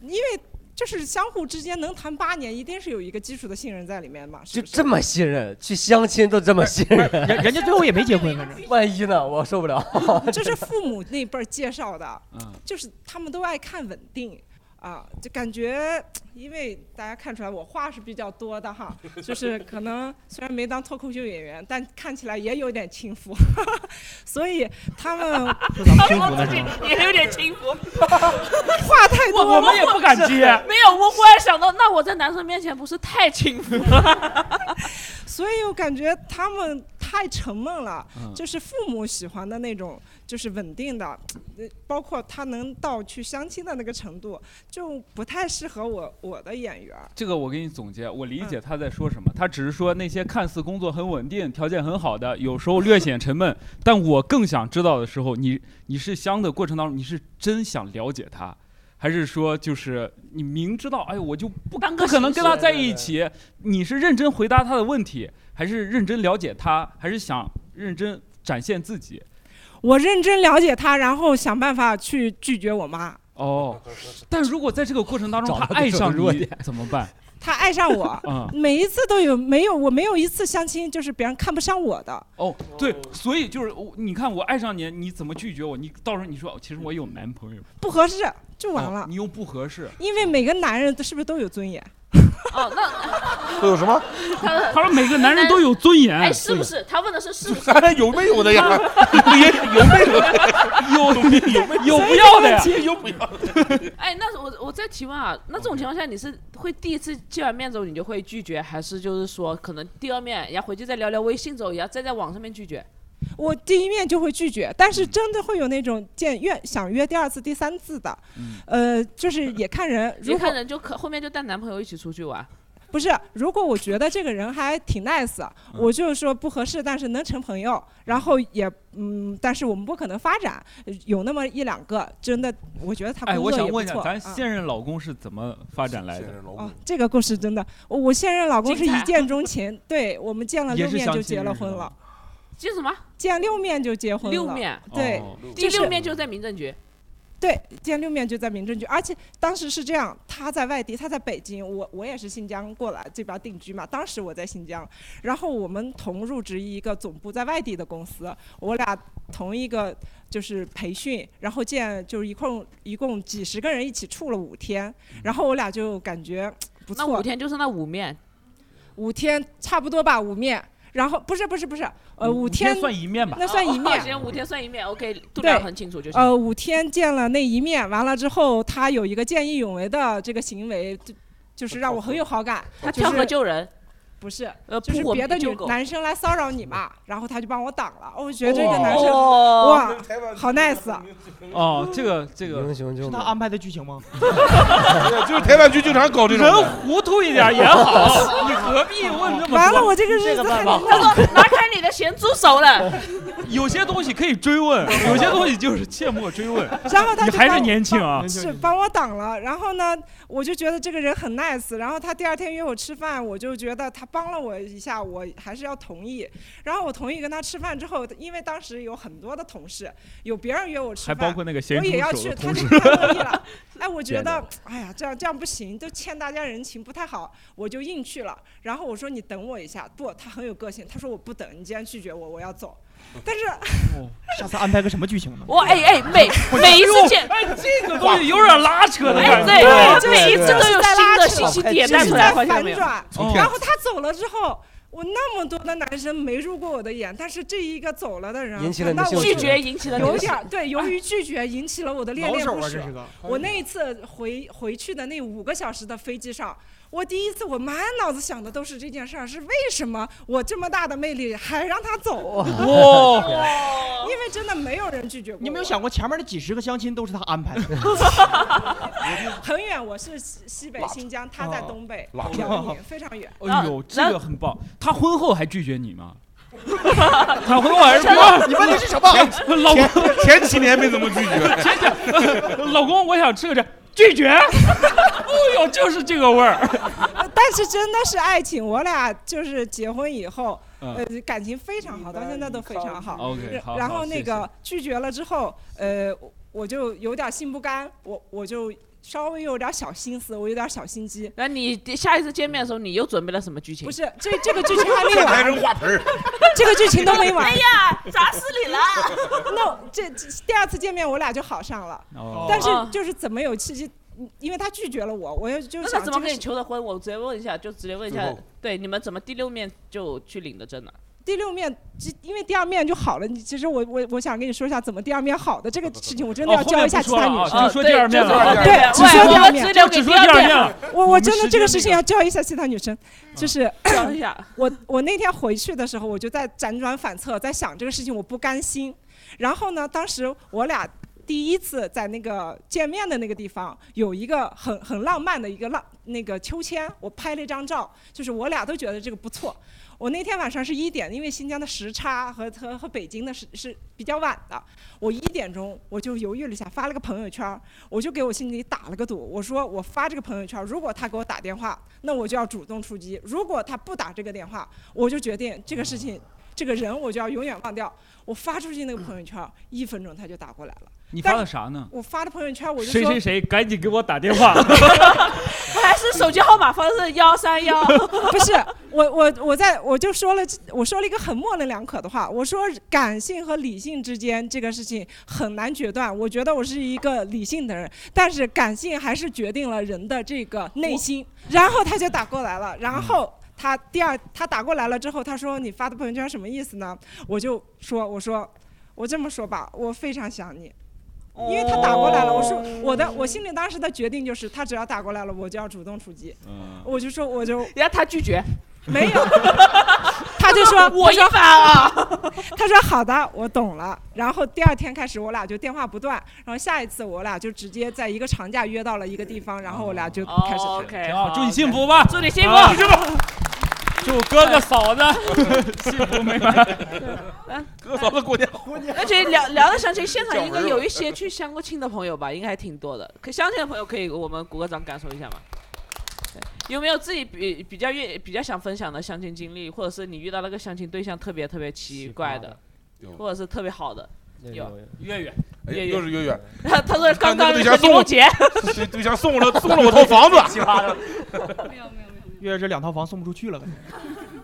K: 因为就是相互之间能谈八年，一定是有一个基础的信任在里面嘛。 是
B: 就这么信任，去相亲都这么信任，
D: 人人家最后也没结婚，反正
B: 万一呢？我 受不了。
K: 这是父母那辈儿介绍的，
B: 嗯
K: 就是他们都爱看稳定。啊，就感觉，因为大家看出来我话是比较多的哈， 就是可能虽然没当脱口秀演员，但看起来也有点轻浮， 所以他们
G: 也有点 轻浮，
K: 话太多
G: 我
K: 我们也不敢接
G: 没有，我忽然想到，那我在男生面前不是太轻浮了？
K: 所以我感觉他们太沉闷了，
G: 嗯
K: 就是父母喜欢的那种，就是稳定的，呃包括他能到去相亲的那个程度，就不太适合我我的眼缘儿。
H: 这个我给你总结，我
K: 嗯
H: 理解他在说什么。他只是说那些看似工作很稳定、条件很好的，有时候略显沉闷。但我更想知道的时候，你你是相的过程当中，你是真想了解他，还是说就是你明知道，哎，我就不
G: 当
H: 不可能跟他在一起，你是认真回答他的问题，还是认真了解他，还是想认真展现自己？
K: 我认真了解他，然后想办法去拒绝我妈。
H: 哦，但如果在这个过程当中
K: 找
H: 他
K: 到
H: 爱上
K: 这种弱
H: 你
K: 点
H: 怎么办？
K: 他爱上
H: 嗯
K: 我，每一次都有没有我没有一次相亲就是别人看不上我的。
H: 哦，对，所以就是我你看我爱上你，你怎么拒绝我？你到时候你说，哦其实我有男朋友，
K: 不合适就完了
H: 哦。你又不 合适，
K: 因为每个男人都是不是都有尊严？
H: 都有什么？
G: 他
H: 他说每个男人都有尊严，
G: 哎，是不？是？他问的是是不是？
A: 咱俩有没有的呀？ 也有没有的？
H: 有
A: 有没
G: 有不要的呀
A: 有不要的？
G: 哎，那我我再提问啊，那这种情况下你是会第一次见完面之后你就会拒绝，还是就是说可能第二面，然后回去再聊聊微信之后，也要再在网上面拒绝？
K: 我第一面就会拒绝，但
H: 嗯
K: 是真的会有那种见约想约第二次、第三次的，
H: 嗯
K: 呃，就是也看 人。
G: 你
K: 如果
G: 看人就可后面就带男朋友一起出去玩。
K: 不是，如果我觉得这个人还挺 nice，我
H: 嗯
K: 就说不合适，但是能成朋友，然后也嗯，但是我们不可能发展，呃有那么一两个真的，我觉得他
H: 哎，
K: 工
H: 我
K: 作
H: 想
K: 也不
H: 问一下，
K: 错。
H: 咱
K: 啊
H: 现任老公是怎么发展来的？
K: 哦，这个故事真的，我我现任老公是一见钟情，对我们见了
H: 也
K: 六
H: 是
K: 面
H: 相
K: 就
H: 亲
K: 结了
H: 认识
K: 婚
H: 的
K: 了，
G: 见什么？
K: 见六面就结婚了。
G: 六面
K: 对
G: 哦，第
K: 就是
G: 六面就在民政局。
K: 对，见六面就在民政局，而且当时是这样，他在外地，他在北京，我我也是新疆过来这边定居嘛。当时我在新疆，然后我们同入职一个总部在外地的公司，我俩同一个就是培训，然后见就是一共一共几十个人一起处了五天，
G: 嗯
K: 然后我俩就感觉不错。
G: 那五天就是那五面，
K: 五天差不多吧，五面。然后不是不是不是，呃，
G: 五
K: 天
G: 五天算一面吧
K: 那算一
G: 哦
K: 面，
G: 行五天算一面，OK，度
K: 对，
G: 量很清楚就行
K: 呃，五天见了那一面，完了之后，他有一个见义勇为的这个行为，就就是让我很有好感。
G: 他
K: 就
G: 跳河
K: 是
G: 救人，
K: 不是，
G: 呃
K: 就是
G: 扑火
K: 别的
G: 救
K: 女
G: 狗
K: 男生来骚扰你嘛，然后他就帮我挡了。哦我觉得这个
H: 哇
K: 男生
H: 哦
K: 哇，好 nice 啊。
H: 哦，这个这个英
B: 雄救
H: 是
D: 他安排的剧 情吗？
A: 就是台湾剧经常搞这种的
D: 人糊涂一点也
A: 哦
D: 好，你何必问
A: 啊
D: 这么多？
G: 完了我这个
D: 是
G: 日子还能他说拿开你的咸猪手了。
H: 有些东西可以追问，有些东西就是切莫追问。
K: 然后他
H: 你
K: 就
H: 还
K: 帮
H: 是
K: 我
H: 年轻啊
K: 帮，是帮我挡了。然后呢，我就觉得这个人很 nice。然后他第二天约我吃饭，我就觉得他帮了我一下，我还是要同意。然后我同意跟他吃饭之后，因为当时有很多的同事，有别人约我吃
H: 还
K: 饭，
H: 包括那个咸
K: 我也
H: 猪
K: 要
H: 手
K: 去，
H: 的
K: 他
H: 同
K: 就
H: 事
K: 不太乐意了。哎，我觉
H: 天
K: 得
H: 哪，
K: 哎呀，这样这样不行，就欠大家人情不太好，我就硬去了。然后我说你等我一下，不，他很有个性，他说我不等，你既然拒绝我，我要走。但是。
H: 哦
D: 下次安排个什么剧情呢？
G: 我哎哎， 每
D: 我
G: 每一次见，
D: 哎，这个东西有点拉扯的感觉。
G: 哎对，
D: 对
G: 每一次
D: 对
G: 都有
K: 在
G: 新
K: 拉
G: 的
K: 扯
G: 信息点带
K: 就是
G: 出来，
K: 在
G: 发现
K: 反
G: 没有？
K: 转
G: 哦。
K: 然后他走了之后，我那么多的男生没入过我的眼，但是这一个走了的人，
B: 引起了你的
K: 那
B: 兴
K: 我
B: 趣拒绝
G: 引起了你的
K: 有
G: 兴
K: 点儿
G: 趣
K: 对，由于拒绝引起了我的恋
D: 老
K: 恋
D: 手啊
K: 不
D: 这
K: 舍
D: 是个。
K: 我那一次回回去的那五个小时的飞机上。我第一次，我满脑子想的都是这件事儿，是为什么我这么大的魅力还让他走？
D: 哇
K: 因为真的没有人拒绝过我。
D: 哦你有没有想过前面的几十个相亲都是他安排的？
K: 很远，我是西西北新疆，他在东北，
D: 哦
H: 拉扯
K: 辽宁非常远。
H: 哎呦，这个很棒。他婚后还拒绝你吗？他
K: 他
H: 婚 后还是哎
D: 么你问的是什么
H: 老公
A: 前前七年没怎么拒绝，
H: 前前老公，我想吃个这拒绝。哦呦，就是这个味儿。
K: 呃但是真的是爱情，我俩就是结婚以后，
H: 嗯
K: 呃，感情非常好，到现在都非常好。
H: OK，好
K: 然
H: 好
K: 后那
H: 谢
K: 个拒绝了之后，呃，我我就有点心不甘，我我就稍微有点小心思，我有点小心机。
G: 那你下一次见面的时候，你又准备了什么剧情？
K: 不是这这个剧情 还没
A: 上台
K: 完，
A: 扔花盆儿。
K: 这个剧情都没完。
G: 哎呀，砸死 你了！
K: no，这这第二次见面我俩就好上了，
H: 哦
K: 但是就是怎么有契机因为他拒绝了我，我也就
G: 那
K: 想
G: 他怎么
K: 这个
G: 跟你
K: 是
G: 求的婚？我直接问一下，就直接问一
K: 最
G: 下
K: 后，
G: 对你们怎么第六面就去领的 证呢？
K: 第六面，其因为第二面就好了。你其实我我我想跟你说一下怎么第二面好的这个事情，我真的
H: 哦
K: 要
H: 后
K: 教
H: 面
K: 一下
H: 不
K: 其
H: 说
K: 他
H: 了
K: 女
H: 啊
K: 生。
H: 就说第二面了啊
K: 对，
H: 对
K: 只说第二面，
H: 喂我们只留给第二面了
K: 我
H: 我
K: 我
H: 们
K: 真的
H: 时
K: 这个
H: 间嗯
K: 事
H: 没
K: 情
H: 有
K: 要教一下其他女生，就是
G: 教一下。
K: 我我那天回去的时候，我就在辗转反侧，在想这个事情，我不甘心。然后呢，当时我俩。第一次在那个见面的那个地方，有一个很很浪漫的一个浪那个秋千，我拍了一张照，就是我俩都觉得这个不错。我那天晚上是一点，因为新疆的时差和和和北京的是是比较晚的，我一点钟我就犹豫了一下，发了个朋友圈儿，我就给我心里打了个赌，我说我发这个朋友圈儿，如果他给我打电话，那我就要主动出击；如果他不打这个电话，我就决定这个事情，这个人我就要永远忘掉。我发出去那个朋友圈儿，一分钟他就打过来了。
H: 你
K: 但
H: 发的啥呢？
K: 我发的朋友圈儿，我就
H: 谁
K: 说
H: 谁谁，赶紧给我打电话！
G: 我 还是手机号码方式幺三幺，
K: 不是我我我在我就说了我说了一个很模棱两可的话，我说感性和理性之间这个事情很难决断。我觉得我是一个理性的人，但是感性还是决定了人的这个内心。然后他就打过来了，
G: 嗯
K: 然后。他第二，他打过来了之后，他说：“你发的朋友圈什么意思呢？”我就说：“我说，我这么说吧，我非常想你，因为他打过来了。”我说：“
G: 哦
K: 我的，我心里当时的决定就是，他只要打过来了，我就要主动出击。”
H: 嗯
K: 我就说我就，人
G: 家他拒绝，
K: 没 有，他就说
G: 我一
K: 他说
G: 般啊，
K: 他说好的，我懂了。然后第二天开始，我俩就电话不断，然后下一次我俩就直接在一个长假约到了一个地方，然后我俩就 开始。
G: 哦 OK，
H: 哦挺好，嗯祝你幸福吧，
G: 祝你幸福
H: 啊 祝哥哥嫂子幸福美满。
A: 哥嫂子过年好。
G: 而且聊聊的详情，现场
A: 小
G: 应该
A: 门儿
G: 有一些去相过亲的朋友吧，应该还挺多的。可相亲的朋友可以给我们鼓个掌，感受一下嘛。对有没有自己比比较愿比较想分享的相亲经历，或者是你遇到那个相亲对象特别特别奇怪的，或者是特别好的？有
H: 月月，
A: 哎，又是月月。
G: 他 他说刚
A: 那个
G: 刚
A: 对象
G: 李
A: 送
G: 梦
A: 我
G: 洁，
A: 对对象送我了，送了我套房 子。
I: 没有没有没有，
D: 月月这两套房送不出去了，感觉。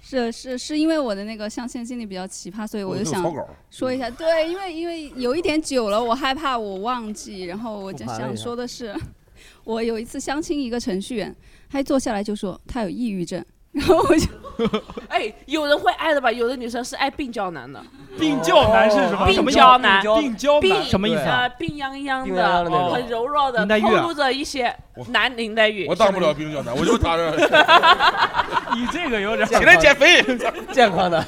I: 是是是因为我的那个相亲经历比较奇葩，所以我
D: 哦
I: 就
D: 这个
I: 想
D: 草稿
I: 说一下。对，因为因为有一点久了，我害怕我忘记，然后我
B: 复
I: 就
B: 盘了
I: 想
B: 一下
I: 说的是， 我有一次相亲一个程序员，他一坐下来就说他有抑郁症，然后我就
G: 哎，有人会爱的吧？有的女生是爱病娇男的。
H: 病娇男是什么？
G: 病娇男，
H: 病娇男
G: 病呃，病殃殃
H: 啊病殃殃
G: 的哦
H: 的那，种
G: 很柔弱的，
H: 林黛玉
G: 透
H: 啊
G: 露着一些男林黛玉。
A: 我当不了冰小男，我就当着
H: 你这个有 点
A: 起来减肥，
B: 健康的。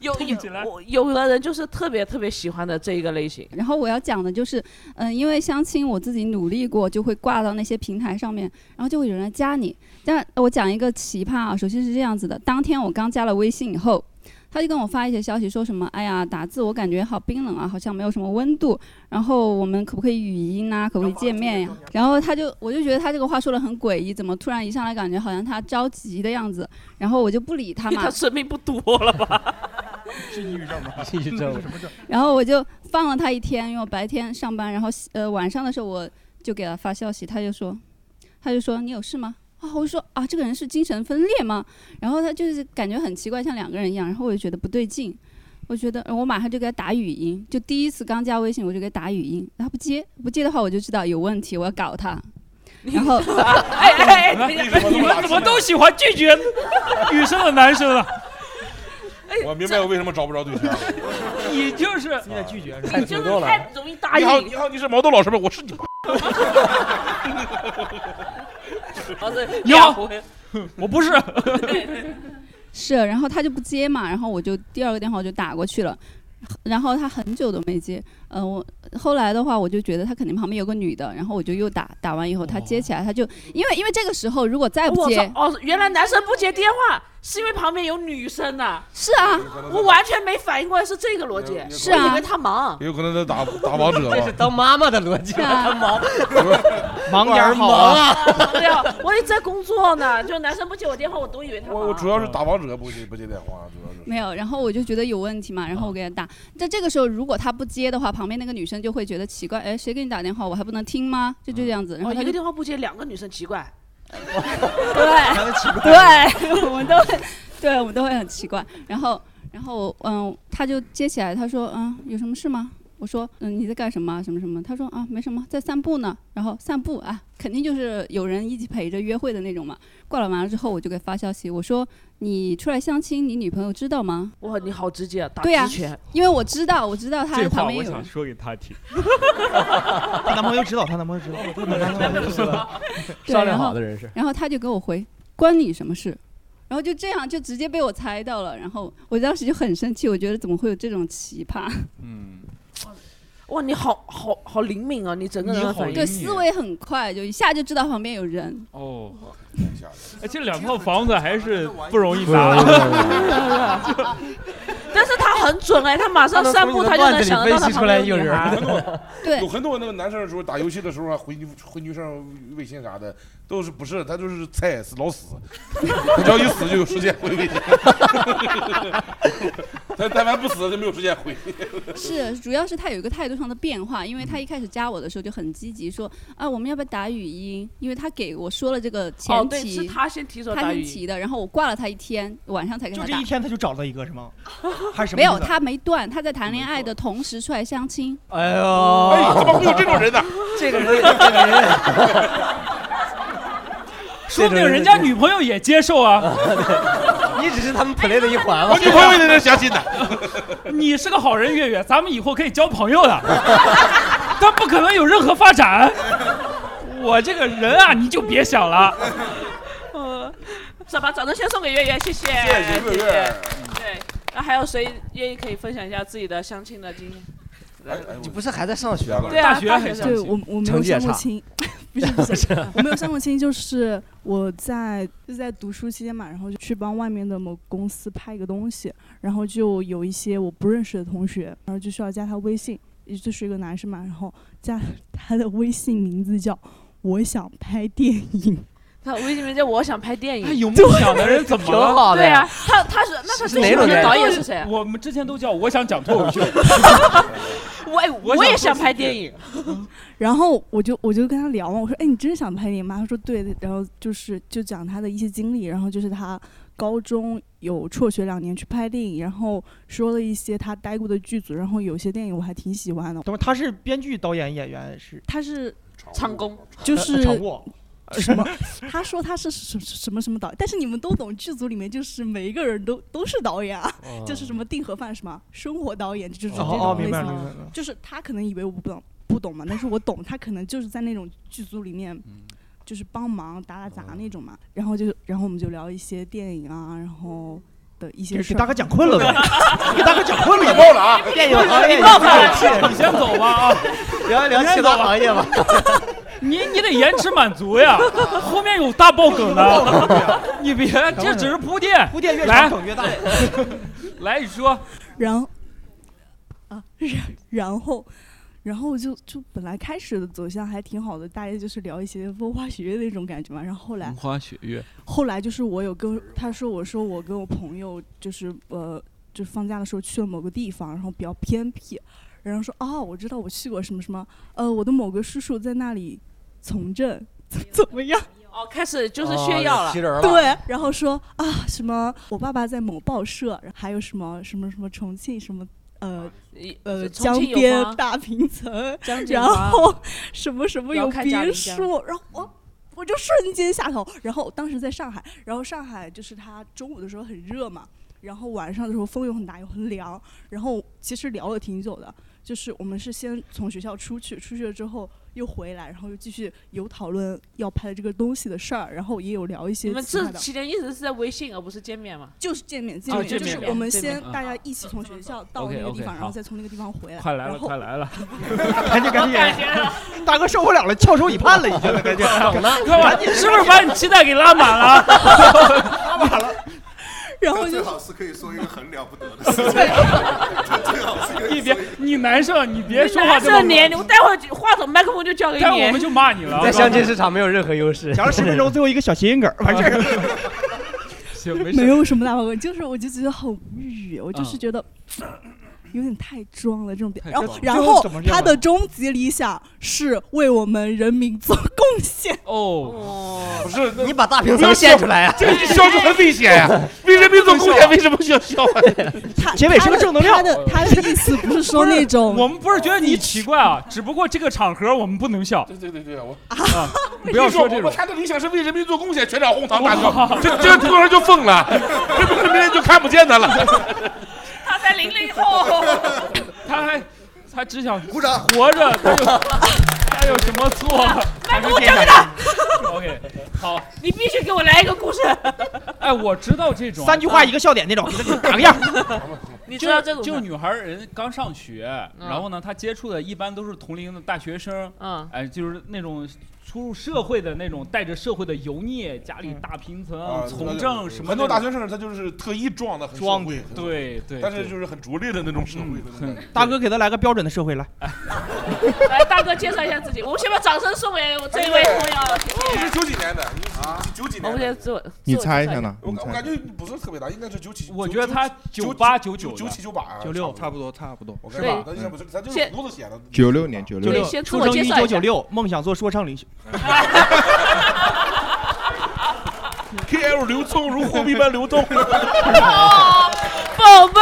G: 有有我有的人就是特别特别喜欢的这一个类型。
I: 然后我要讲的就是，嗯，因为相亲我自己努力过，就会挂到那些平台上面，然后就会有人来加你。但我讲一个奇葩啊，首先是这样子的，当天我刚加了微信以后。他就跟我发一些消息，说什么“哎呀，打字我感觉好冰冷啊，好像没有什么温度。然后我们可不可以语音呐、可不可以见面呀、然后他就，我就觉得他这个话说的很诡异，怎么突然一上来感觉好像他着急的样子？然后我就不理他
G: 因
I: 嘛。
G: 为他生命不多了 吧？
H: 是抑郁症吗？
B: 抑郁症。
I: 然后我就放了他一天，因为我白天上班，然后呃晚上的时候我就给他发消息，他就说，他就说你有事吗？啊，我就说啊，这个人是精神分裂吗？然后他就是感觉很奇怪，像两个人一样，然后我就觉得不对劲，我觉得呃我马上就给他打语音，就第一次刚加微信我就给他打语音，他不接，不接的话我就知道有问题，我要搞他。然后，
G: 哎哎哎，
H: 啊你们怎么都喜欢拒绝女生的男生了？
A: 我明白我为什么找不着对象。
H: 你就是
A: 你得拒绝
H: 是吧
A: 太主动了太
G: 容易
A: 你好，你好，你是毛豆老师吗？我是你。
H: 你好， 我不是。
I: 是，然后他就不接嘛，然后我就第二个电话我就打过去了，然后他很久都没接，嗯、我后来的话我就觉得他肯定旁边有个女的，然后我就又打，打完以后他接起来，他就因为因为这个时候如果再不
G: 我
I: 接
G: 操，！哦，原来男生不接电话是因为旁边有女生呐、
I: 是啊，
G: 我完全没反应过来是这个逻辑。
A: 是啊
G: 我以为他忙。
A: 也有可能在打打王者
B: 这
A: 吧
B: 是。当妈妈的逻辑，
I: 啊
B: 他忙，
D: 忙
A: 点儿好
B: 啊
A: 啊
G: 对啊，我也在工作呢，就男生不接我电话，我都以为他忙。啊
A: 我我主要是打王者不接不接电话，主要是。
I: 没有，然后我就觉得有问题嘛，然
A: 啊
I: 后我给他打。但这个时候如果他不接的话，旁边那个女生就会觉得奇怪，哎，谁给你打电话，我还不能听吗？就
A: 啊
I: 就这样子。然后
G: 哦，
I: 他
G: 一
I: 就
G: 个电话不接，两个女生奇怪。
I: 对， 对，我们都会，对我们都会很奇怪。然后，然后我，嗯，他就接起来，他说，嗯，有什么事吗？我说嗯你在干什么啊什么什么，他说啊没什么，在散步呢。然后散步啊，肯定就是有人一起陪着约会的那种嘛。挂了完了之后，我就给发消息，我说你出来相亲，你女朋友知道吗？
G: 哇，你好直接，啊打
I: 对呀、
G: 直拳。
I: 因为我知道，我知道他
H: 这
I: 旁
H: 话
I: 边
H: 我
I: 有人
H: 想。说给 他听。
D: 她男朋友知道，她男朋友知道，她男朋友知道。
I: 对然后然后他就给我回，关你什么事？然后就这样，就直接被我猜到了。然后我当时就很生气，我觉得怎么会有这种奇葩？
H: 嗯，
G: 哇，你好好好灵敏啊，你整个人的反应。
I: 对，思维很快，就一下就知道旁边有人。
H: 哦，哎，这两套房子还是不容易
E: 不容
H: 拿
E: 易不容。
G: 但是他很准哎，他马上散步，他就能想得到他旁边有女孩。
I: 对，
A: 有很多那个男生的时候打游戏的时候啊，回女回女生微信啥的，都是不是他就是菜死老死，他只要一死就有时间回微 信，他但凡不死就没有时间回。嗯
I: 是， 主要是他有一个态度上的变化，因为他一开始加我的时候就很积极说，啊，我们要不要打语音？因为他给我说了这个前提，
G: 哦对是他先提出来
I: 他
G: 打语
I: 先
G: 音
I: 提的，然后我挂了他一天，晚上才跟
D: 就
I: 他
D: 这
I: 打
D: 一。天，她就找到一个是吗？还是什么
I: 没
D: 意
I: 有，
D: 思？
I: 他没断，他在谈恋爱的同时出来相亲。
D: 哎呦哎怎么会有这种人呢
E: 这个人，这个人， 说不定人家女朋友也接受 啊。
L: 你只是他们 play 的一环
E: 我
L: 我
E: 女
L: 女
E: 朋
L: 朋友
E: 友也
L: 也
E: 能
L: 能相
E: 相信
L: 信
E: 的。你是个好人，月月，咱们以后可以交朋友的，但不可能有任何发展。我这个人啊，你就别想了。
G: 嗯，是吧？掌声先送给月月，谢谢，谢
A: 谢谢月月
G: 对，那还有谁愿意可以分享一下自己的相亲的经验？
L: 你不是还在上学吗？
G: 对啊大学大学还上
C: 对我我没有
L: 成绩也
C: 相过
L: 差。
C: 亲， 不是不 是，我没有相过亲，就是我在就在读书期间嘛，然后就去帮外面的某公司拍一个东西，然后就有一些我不认识的同学，然后就需要加他微信，也就是一个男生嘛，然后加 他的微信名字叫我想拍电影，
G: 他微信名叫我想拍电影，
C: 哎有梦想的人怎么了挺好的
G: 对
C: 呀
G: 啊，他他是那他
C: 是
G: 最喜欢的导演是谁啊？
H: 我们之前都叫我想讲脱口秀，
G: 我哎
H: 我
G: 我也想拍电
H: 电
G: 影，
C: 然后我就我就跟他聊嘛，我说，哎，你真想拍电影吗？他说对，然后就是就讲他的一些经历，然后就是他高中有辍学两年去拍电影，然后说了一些他待过的剧组，然后有些电影我还挺喜欢的。
D: 等会儿她是编剧、导演、演员是？
C: 他是
G: 唱功，
C: 就
D: 呃
C: 是呃
D: 掌握
C: 什么？他说他是什什么什么导演，但是你们都懂，剧组里面就是每一个人都都是导演啊，
D: 哦
C: 就是什么订盒饭什么生活导演，就是这
D: 哦
C: 种
D: 哦
C: 类
D: 明白
C: 型
D: 明白明白
C: 就是他可能以为我不懂不懂嘛，但是我懂，他可能就是在那种剧组里面。
D: 嗯
C: 就是帮忙打打
D: 哦
C: 杂那种嘛，然后就，然后我们就聊一些电影啊，然后的一些
D: 给
C: 事
D: 给
C: 儿。，
D: 大哥讲困了呗 给大哥讲 困了，
C: 你爆了啊
D: 电影行业，
E: 你爆了你先走吧啊
L: 聊
E: 聊其他行业吧。你你得延迟满足呀，后面有大爆梗的，你别，这只是铺垫，
D: 啊铺垫越
E: 来
D: 长梗越大。
E: 来，你说，
C: 然后啊，然 然后，然后就就本来开始的走向还挺好的，大家就是聊一些风花雪月的那种感觉嘛。然后后来
H: 风花雪月。
C: 后来就是我有跟他说，我说我跟我朋友就是呃，就放假的时候去了某个地方，然后比较偏僻，然后说哦，我知道我去过什么什么，呃，我的某个叔叔在那里从政， 怎怎么样？
G: 哦，开始就是炫耀了，
C: 对，然后说啊什么，我爸爸在某报社，还有什么什么什么重庆什么。呃呃，
G: 啊重庆
C: 江
G: 有
C: 边
G: 吗
C: 大平层
G: 江，景
C: 然
G: 华
C: 后什么什么
G: 要
C: 有
G: 看嘉陵
C: 别
G: 江
C: 墅，然后我我就瞬间下头。然后当时在上海，然后上海就是它中午的时候很热嘛，然后晚上的时候风又很大又很凉，然后其实聊了挺久的，就是我们是先从学校出去，出去了之后又回来，然后又继续有讨论要拍的这个东西的事儿，然后也有聊一些
G: 你们
C: 其
G: 这
C: 他的。
G: 期间一直是在微信，而不是见面嘛？
C: 就是见面，
G: 哦
C: 见面就是
G: 见面
C: 我们
G: 见
C: 先
G: 面
C: 大家一起从学校到那个
H: OK，OK，
C: 地方，然
H: 嗯好
C: 后再从那个地方回来。
H: 哎快来
C: 然
H: 了，
C: 后
H: 快 来了！
D: 赶紧赶 紧赶紧，大哥受不了了，翘首以盼了，已经赶紧
H: 等 呢
D: 赶紧
E: 是不是把你期待给拉满了？
C: 然后
F: 最好是可以说一个很了不得的事情，这 最好是可以
E: 你别，你男生，你别说话
G: 男
E: 这么
G: 生连，我待会儿话筒麦克风就交给你，
E: 待会儿我们就骂你了。
L: 在相亲市场没有任何优势。
D: 讲了十分 钟，最后一个小谐音梗儿，完事儿。
H: 行，
C: 没有什么大毛病，就是我就觉得很无语，我就
D: 嗯
C: 是觉得。有点太装了这种表，
D: 太
C: 然后
D: 装了
C: 然
D: 最后
C: 后
D: 怎么这样
C: 他
D: 啊
C: 的终极理想是为我们人民做贡献。
H: 哦，
A: 不是，
L: 你把大
C: 啊
A: 不要笑这个消
L: 消
A: 消 是很危险呀，为人民族贡献为什么需要笑啊？
H: 结尾是个正能量
C: 他的他的意思不是说那种
H: 我们不是觉得你奇怪啊，只不过这个场合我们不能笑。
A: 对对对对，我
H: 啊，不要说这
A: 我
H: 种。
A: 他的理想是为人民做贡献，全场哄堂大笑，这这突然就疯了，这不是别人就看不见他了。
G: 他才零零后，
H: 他还他只想鼓掌活着，他有他有什 么错？
G: 来鼓掌给 他。
H: OK，好，
G: 你必须给我来一个故事。
H: 哎，我知道这种
D: 三句话一个笑点那种，给他打个样。
H: 你
G: 知道这种
H: 就是
G: 的
H: 女孩儿人刚上学，
G: 嗯
H: 然后呢，她接触的一般都是同龄的大学生，
G: 嗯
H: 哎，就是那种出入社会的那种，带着社会的油腻，家里大平
M: 啊
H: 层、从政什么那种，
A: 很多大 学生他就是特意装的很社
H: 装
A: 会，
H: 对对
A: 但是
H: 对嗯
A: 就是很拙劣的那种社会。
D: 大哥给他来个标准的社会来，
M: 啊
G: 来，大哥介绍一下自己，我们先把掌声送给我这一位朋友。
A: 你是九几年的啊？九几
G: 我
A: 年
G: 们
A: 的
G: 先？自我，
M: 你 猜一下呢？
A: 我
M: 你
A: 我
M: 猜
A: 感觉不是特别大，应该是九几。
H: 我觉得他
A: 九
H: 98 99
A: 九七九八
D: 九六
A: 差
D: 不多差不多。
A: 我看吧，咱现在不是咱就是胡子写的。
M: 九六年，九六
D: 六
M: 年，
G: 先自
D: 出
G: 我
D: 生
G: 介
D: 一
G: 绍一
D: 九
G: 下
D: 九六，梦想做说唱 领袖。
A: K L 流动如货币般流 动。
G: 哦宝宝，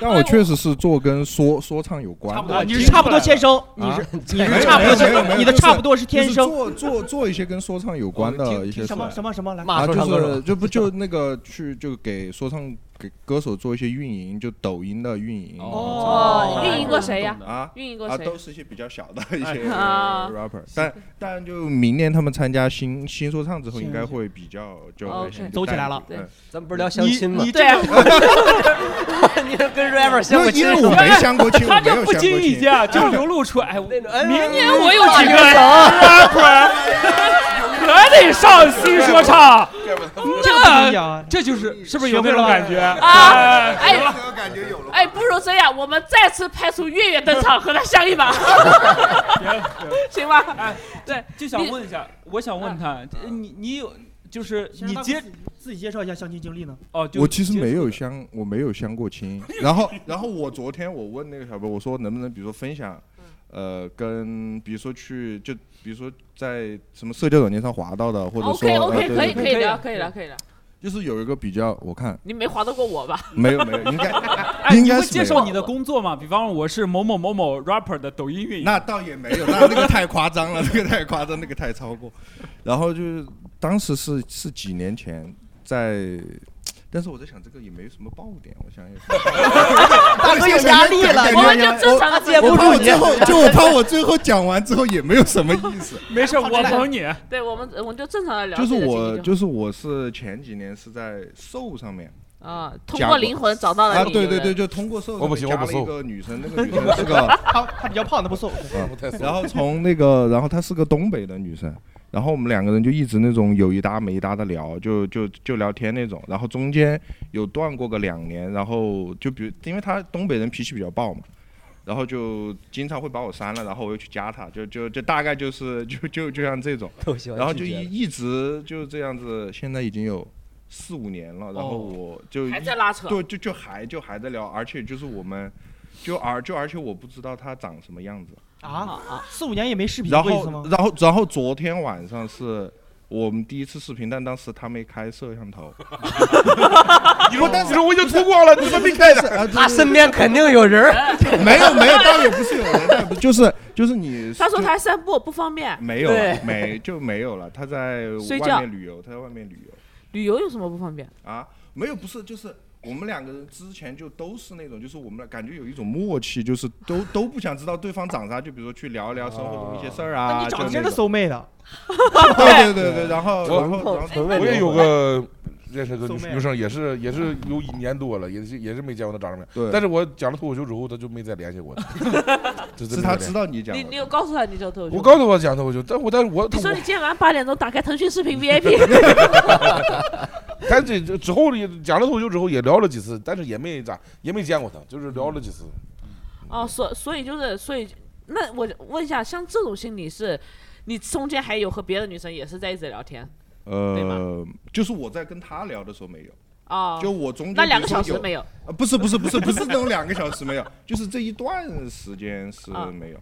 M: 但我确实是做跟说说唱有关的。
D: 啊你是差不多天生，你
M: 啊
D: 是 你是差不多
M: 没有没有没有
D: 天，你的
M: 就是
D: 差不多是天
M: 就是
D: 生。
M: 做做做一些跟说唱有关的一些
D: 哦什么什么什么来？
M: 啊，就是就不就那个去就给说唱给歌手做一些运营，就抖音的运营。
G: 哦运营过谁呀
M: 啊，
G: 运营过
M: 啊，
G: 谁
M: 都是一些比较小的
D: 哎
M: 一些
G: 啊
M: rapper，但但就明年他们参加新新说唱之后，应该会比较就
C: 哦
G: 哦 OK
M: 就
G: 走起来
M: 淡
G: 了
M: 一点
G: 对
M: 嗯
B: 咱们不是聊相亲吗？
M: 你
G: 对啊，
B: 你跟 rapper 相
M: 因
B: 过
M: 为
B: 亲
M: 因
B: 是吧，
M: 为我没相过亲，我
H: 他
M: 没
H: 这
M: 有
H: 不
M: 相
H: 经
M: 过
H: 意
M: 亲。
H: 间啊就流露出，哎，明年我有
B: 大
H: 几
B: 学
H: 个
B: 生
H: rapper，可得上新 说唱，
D: 一样
H: 这
D: 啊
H: 这就是是不是有那种
D: 学会了
H: 感觉
G: 啊，
H: 哎
G: 哎，哎，不如这样，我们再次派出月月登场，和他相一把，行吧？哎，对，
H: 就想问一下，我想问他，这你你有就是你接
D: 啊自己介绍一下相亲经历呢？
H: 哦，就
M: 我其实没有相，我没有相过亲。 然后，然后我昨天我问那个小波，我说能不能比如说分享，
G: 嗯
M: 呃，跟比如说去就比如说在什么 社交软件上滑 到的，或者说
G: OK
M: 呃
G: OK，
M: 对
G: 可以
M: 对对
G: 可以聊，可以聊，可以聊。
M: 就是有一个比较，我看
G: 你没划得过我吧？
M: 没有没有，应该
H: 哎，
M: 应
H: 你
M: 该
H: 会
M: 是
H: 介
M: 没
H: 绍
M: 有
H: 你的工作吗？比方我是某某某某 rapper 的抖音运营，
M: 那倒也没有，那那个太夸张了，那个太夸张，那个太超过。然后就是当时是是几年前在。但是我在想，这个也没什么爆点，我想也。
B: 大哥有压力了
M: 感觉
B: 我们就正常地
M: 我
B: 接
M: 我
B: 不
M: 怕我最后，
B: 住你
M: 就我怕 我最后讲完之后也没有什么意 思。
H: 没事，我捧你。
G: 对我们，我们就正常的聊
M: 就
G: 自
M: 是
G: 己的经历就好。
M: 我，就是我是前几年是在瘦上面
G: 啊，通
M: 加
G: 过
M: 过
G: 灵魂找到了
M: 啊，
G: 你
M: 对对
G: 对不
M: 对，
G: 对
M: 就通过瘦上
A: 我不
M: 面
A: 行我
M: 加
A: 不
M: 了
A: 瘦
M: 一个女 生，那个女生是个
D: 他他比较 胖，他不瘦。
N: 嗯
M: 啊
A: 太瘦
M: 然后从那个，然后她是个东北的女生，然后我们两个人就一直那种有一搭没一搭的聊，就就就聊天那种。然后中间有断过个两年，然后就比如，因为她东北人脾气比较暴嘛，然后就经常会把我删了，然后我又去加她，就就就大概就是就就就像这种
B: 都喜，欢
M: 然后就
B: 拒绝
M: 一
B: 了
M: 一直就这样子，现在已经有。四五年了，然后我就一
G: 哦还在拉扯
M: 对，就就还就还在聊，而且就是我们，就而就而且我不知道她长什么样子，
D: 啊，四五年也没视频
M: 然
D: 过一次
M: 后
D: 吗，？
M: 然后，然后昨天晚上是我们第一次视频，但当时他没开摄 像头。
A: 你说，但是我已经涂过了，你怎么没开的？
M: 他身边肯定有人儿 没有没有，倒也不是有人，倒也不就是就是你。
G: 他说
M: 就
G: 他散步不方便，
M: 没有啊
G: 对
M: 了，没就没有了。他在
G: 睡
M: 外
G: 觉
M: 面旅游，他在外面旅游。
G: 旅游有什么不方便？
M: 啊，没有，不是，就是我们两个人之前就都是那种，就是我们俩感觉有一种默契，就是都都不想知道对方长啥，就比如说去聊一聊生活中一些事儿啊。
D: 哦那你长得
M: 就
D: 真
M: 那
D: 是
M: 种
D: 搜妹的，啊
M: 对对对 对，然后
A: 我
M: 然后然后
A: 我也有个认识个
M: 送
A: 女
M: 妹啊
A: 女生，也是也是有一年多了，也是也是没见过她长什么
M: 对
A: 样。但是我讲了脱口秀之后，她就没再联系我。 真的
M: 是
A: 没再
M: 他
A: 联系
M: 知道你讲
G: 你
M: 的。
G: 你有告诉他你叫脱口秀
A: 我
G: 吗？
A: 告诉我讲脱口秀，但我但是我
G: 你说
A: 我
G: 你今天晚上八点钟打开腾讯视 频 VIP，
A: 但这这之后呢，讲了脱口秀之后也聊了几次，但是也没咋也没见过她，就是聊了几次。
G: 哦，所所以就是所以，那我问一下，像这种心理是，你中间还有和别的女生也是在一直聊天
M: 呃，就是我在跟他聊的时候没有。
G: 哦？
M: 就我中间
G: 那两个
M: 比如
G: 小
M: 说
G: 时没有，
M: 啊，不是不是不是不是那种两个小时没有，就是这一段时间是
G: 啊
M: 没有。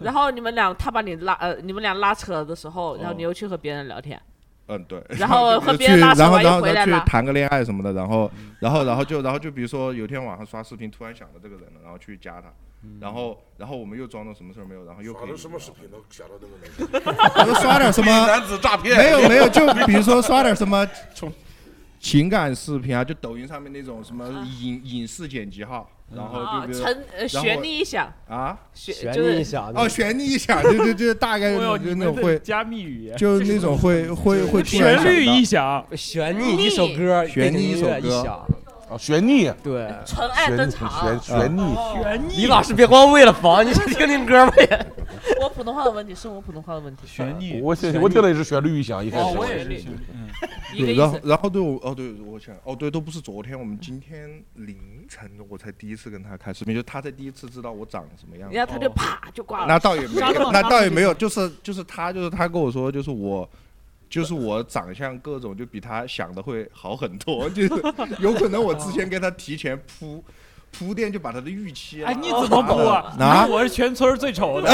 G: 然后你们俩他把你拉呃，你们俩拉扯的时候，然后
M: 哦
G: 你又去和别人聊天，
M: 嗯，对。
G: 然后和别
M: 去，
G: 人拉扯
M: 然后
G: 完
M: 然
G: 又
M: 后
G: 回
M: 然
G: 来
M: 后
G: 了嗯
M: 去。谈个恋爱什么的，然后然后然后就然后就比如说有一天晚上刷视频，突然想到这个人了，然后去加他。嗯
G: 嗯
M: 然后，然后我们又装作什么事儿没有，然后又可
A: 耍
M: 以
A: 的什么视频能想到那个人？
M: 我说 刷点什么
A: 男子诈骗？
M: 没有没有，就比 如说刷点什么情感视频啊，就抖音上面那种什么影影视剪辑号，然后
G: 哦
M: 就比如
G: 啊沉呃
M: 然后
G: 悬溺一响
M: 啊，
G: 悬悬就是溺一响
M: 哦，悬溺一响，就就就 大概
H: 哎呦
M: 就
H: 你
M: 那
H: 们
M: 种
H: 的
M: 会
H: 加密语言啊
M: 就
H: 这是
M: 那 种会会会突然
H: 旋律
M: 想到
H: 一响，
B: 悬溺一首歌，
M: 悬溺一首
B: 背景音乐一
M: 歌
B: 响，
A: 啊，悬溺，
B: 对，
G: 纯爱登场
A: 悬悬
M: 哦
A: 溺，
G: 悬溺
B: 李老师别光为了防，你去听听歌吧也。
G: 我普通话的问题是我普通话的问题。
A: 呃我现我听的也是旋律嗯一响，一开始。
G: 哦我也是一个
M: 对，
G: 意
M: 然后
G: 思。
M: 然后对我哦对，我想哦对，都不是昨天，我们今天凌晨我才第一次跟他开视频，就他才第一次知道我长什么样子。
G: 然后他
A: 哦
G: 就啪就挂了。
M: 那倒也没
G: 张
M: 有，
G: 总
M: 那倒也没有，就是就是他就是他跟我说，就是我。就是我长相各种就比他想的会好很多，就是 有可能我之前跟他提前铺铺垫，就把他的预期啊。
H: 哎，你怎么
M: 啥
H: 扑
M: 的
H: 啊？
M: 啊，
H: 我是全村最 丑的，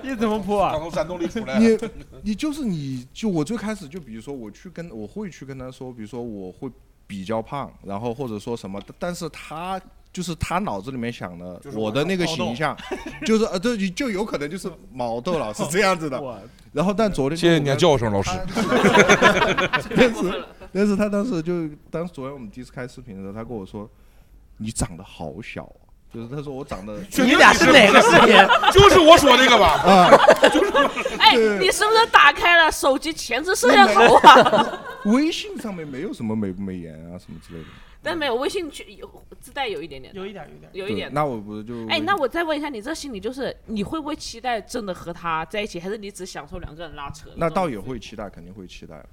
H: 你怎么扑啊？
A: 刚从山洞里出
M: 你 你就是你就我最开始就比如说我去跟我会去跟他说，比如说我会比较胖，然后或者说什么，但但是他就是他脑子里面想的
F: 就是
M: 我的那个形象，就是呃对，就有可能就是毛豆老师这样子的。然后但昨天
A: 谢谢你的叫声，老师。
M: 但是但是他当时就当时昨天我们第一次开视频的时候，他跟我说你长得好小、啊。就是他说我长得，
A: 你俩是哪个视频 就是我说那个吧
M: 啊，
G: 哎，你是不是打开了手机前置摄像头啊？
M: 微信上面没有什么美不美颜啊什么之类的。
G: 但没有微信去有自带有一点点，有
D: 一点，有一点，
G: 有一点
M: 对。那我不是就
A: 嗯
G: 哎，那我再问一下，你这心里就是你会不会期待真的和他在一起，还是你只享受两个人拉扯？
M: 那倒也会期待，肯定会期待，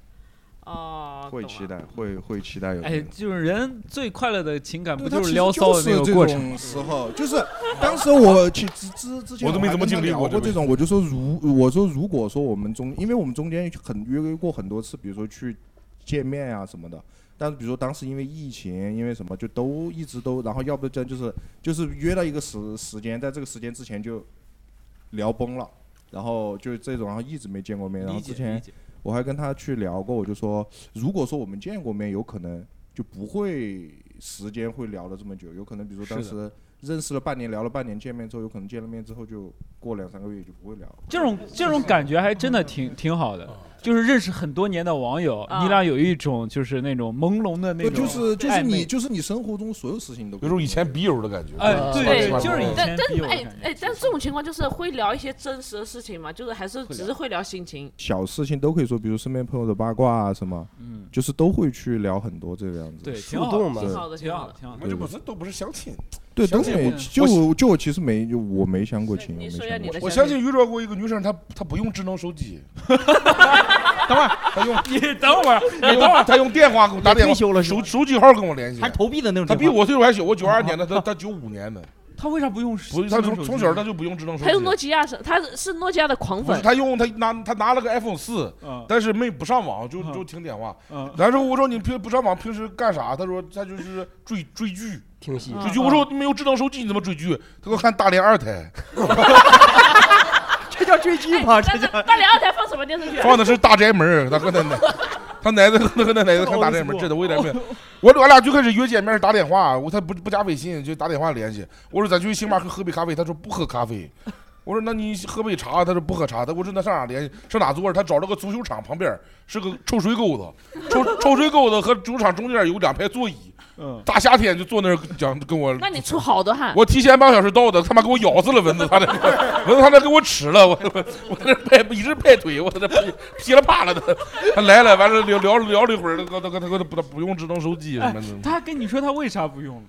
G: 哦，
M: 会期待，会会期待有这
H: 哎，
M: 种。
H: 就是人最快乐的情感
M: 对
H: 不就
M: 他其
H: 是
M: 实
H: 撩骚的那
M: 就是
H: 个
M: 这
H: 过
M: 种
H: 程？
M: 时候就是当时我去之之之前
A: 我都没怎么经历
M: 过
A: 过
M: 这种，我就说如我说如果说我们中，因为我们中间很约过很多次，比如说去见面啊什么的。但是比如说当时因为疫情，因为什么就都一直都，然后要不然就是就是约了一个时时间，在这个时间之前就聊崩了，然后就是这种，然后一直没见过面，然后
H: 理解
M: 之前
H: 理解
M: 我还跟他去聊过，我就说，如果说我们见过面，有可能就不会时间会聊了这么久，有可能比如说当
H: 是的
M: 时认识了半年，聊了半年，见面之后，有可能见了面之后就过两三个月就不会聊。
H: 这种这种感觉还真的挺
M: 嗯
H: 挺好的，就是认识很多年的网友，你俩有一种就是那种朦胧的那
M: 不
H: 种，
M: 就是就是你就是你生活中所有事情都
A: 有种以前笔友的感觉。
H: 哎对
A: 啊是吧
H: 就是以前
G: 但但
H: 笔友
G: 哎哎，但这种情况就是会聊一些真实的事情嘛，就是还是只是会聊心情。
M: 小事情都可以说，比如身边朋友的八卦啊什么，
G: 嗯
M: 就是都会去聊很多这个样子，
H: 对，
M: 树
H: 挺好
M: 洞
H: 的，
M: 对
H: 挺好的，挺好的，挺好
A: 我
H: 的。
A: 们这不是都不是相亲，
M: 对
A: 相
M: 都
A: 亲
M: 没
A: 我
M: 就我就我其实没我没相过亲，我没相过亲
A: 我相信遇到过一个女生，她她不用智能手 机，
H: 等会儿，
M: 哎
A: 她用
H: 你等会儿，
A: 她
H: 你等会
A: 用
H: 儿，
A: 她用电话给我打电话，
H: 退休了
A: 手手机号跟我联系，还
N: 投币的那种
A: 她
N: 电
A: 比
N: 话
A: 我岁数还小，我九二年的，她她九五年的，
H: 他为啥不用？
A: 不是她从从小她就不用智能手
G: 他用诺
A: 机。
G: 基亚是，他是诺基亚的狂
A: 不
G: 粉
A: 是，。他用他拿他拿了个 iPhone 四
G: 嗯，
A: 但是没不上网，
N: 嗯
A: 就就听电话。然后我说你平不上网，平时干啥？他说他就是追 追剧，
B: 听戏
N: 啊
A: 追剧。
N: 嗯
A: 我说你没有智能手机，你怎么追剧？他给我看《大连二 胎
N: 这叫追剧吗？这叫
G: 大连二台放什么电 视剧》，啊？
A: 放的是《大宅门》，他和他奶，他奶奶和他奶奶看《大宅门》，这都我有点没。我我俩就开始约见面打电话，我他不不加微信就打电话联系。我说咱去星巴克喝杯咖啡，他说不喝咖啡。我说那你喝杯茶，他说不喝茶。他我说那上哪联系？上哪坐着？他找了个足球场旁边是个臭水沟子，臭臭水沟子和足球场中间有两排座椅，
H: 嗯，
A: 大夏天就坐那儿讲跟我。
G: 那你出好多汗。
A: 我提前半个小时到的，他妈给我咬死了蚊子，他那 蚊子他那给我吃了，我我我在那拍一直拍腿，我在那劈噼里啪啦的，他来了，完了聊聊聊了一会儿，他他他他不不用智能手机什么的，
H: 哎他跟你说他为啥不用？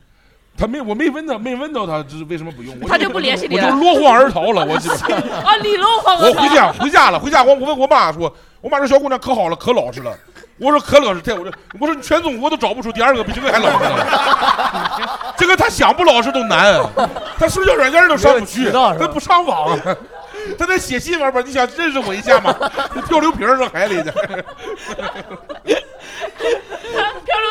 A: 他没我没问他没问到他这是为什么不用，我就
G: 他就不联系你
A: 我
G: 了
A: 就落荒而逃了，我基本
G: 啊，李龙 放
A: 我回家回家了，回家我我问我妈说，我妈说小姑娘可好了，可老实了。我说可老实，对我说我说你全中国都找不出第二个比这个还老实的了。 这个他想不老实都难，他社交软件都上不去，他不上网， 他在写信玩吧？你想认识我一下吗？漂流瓶儿扔海里去。
G: 漂流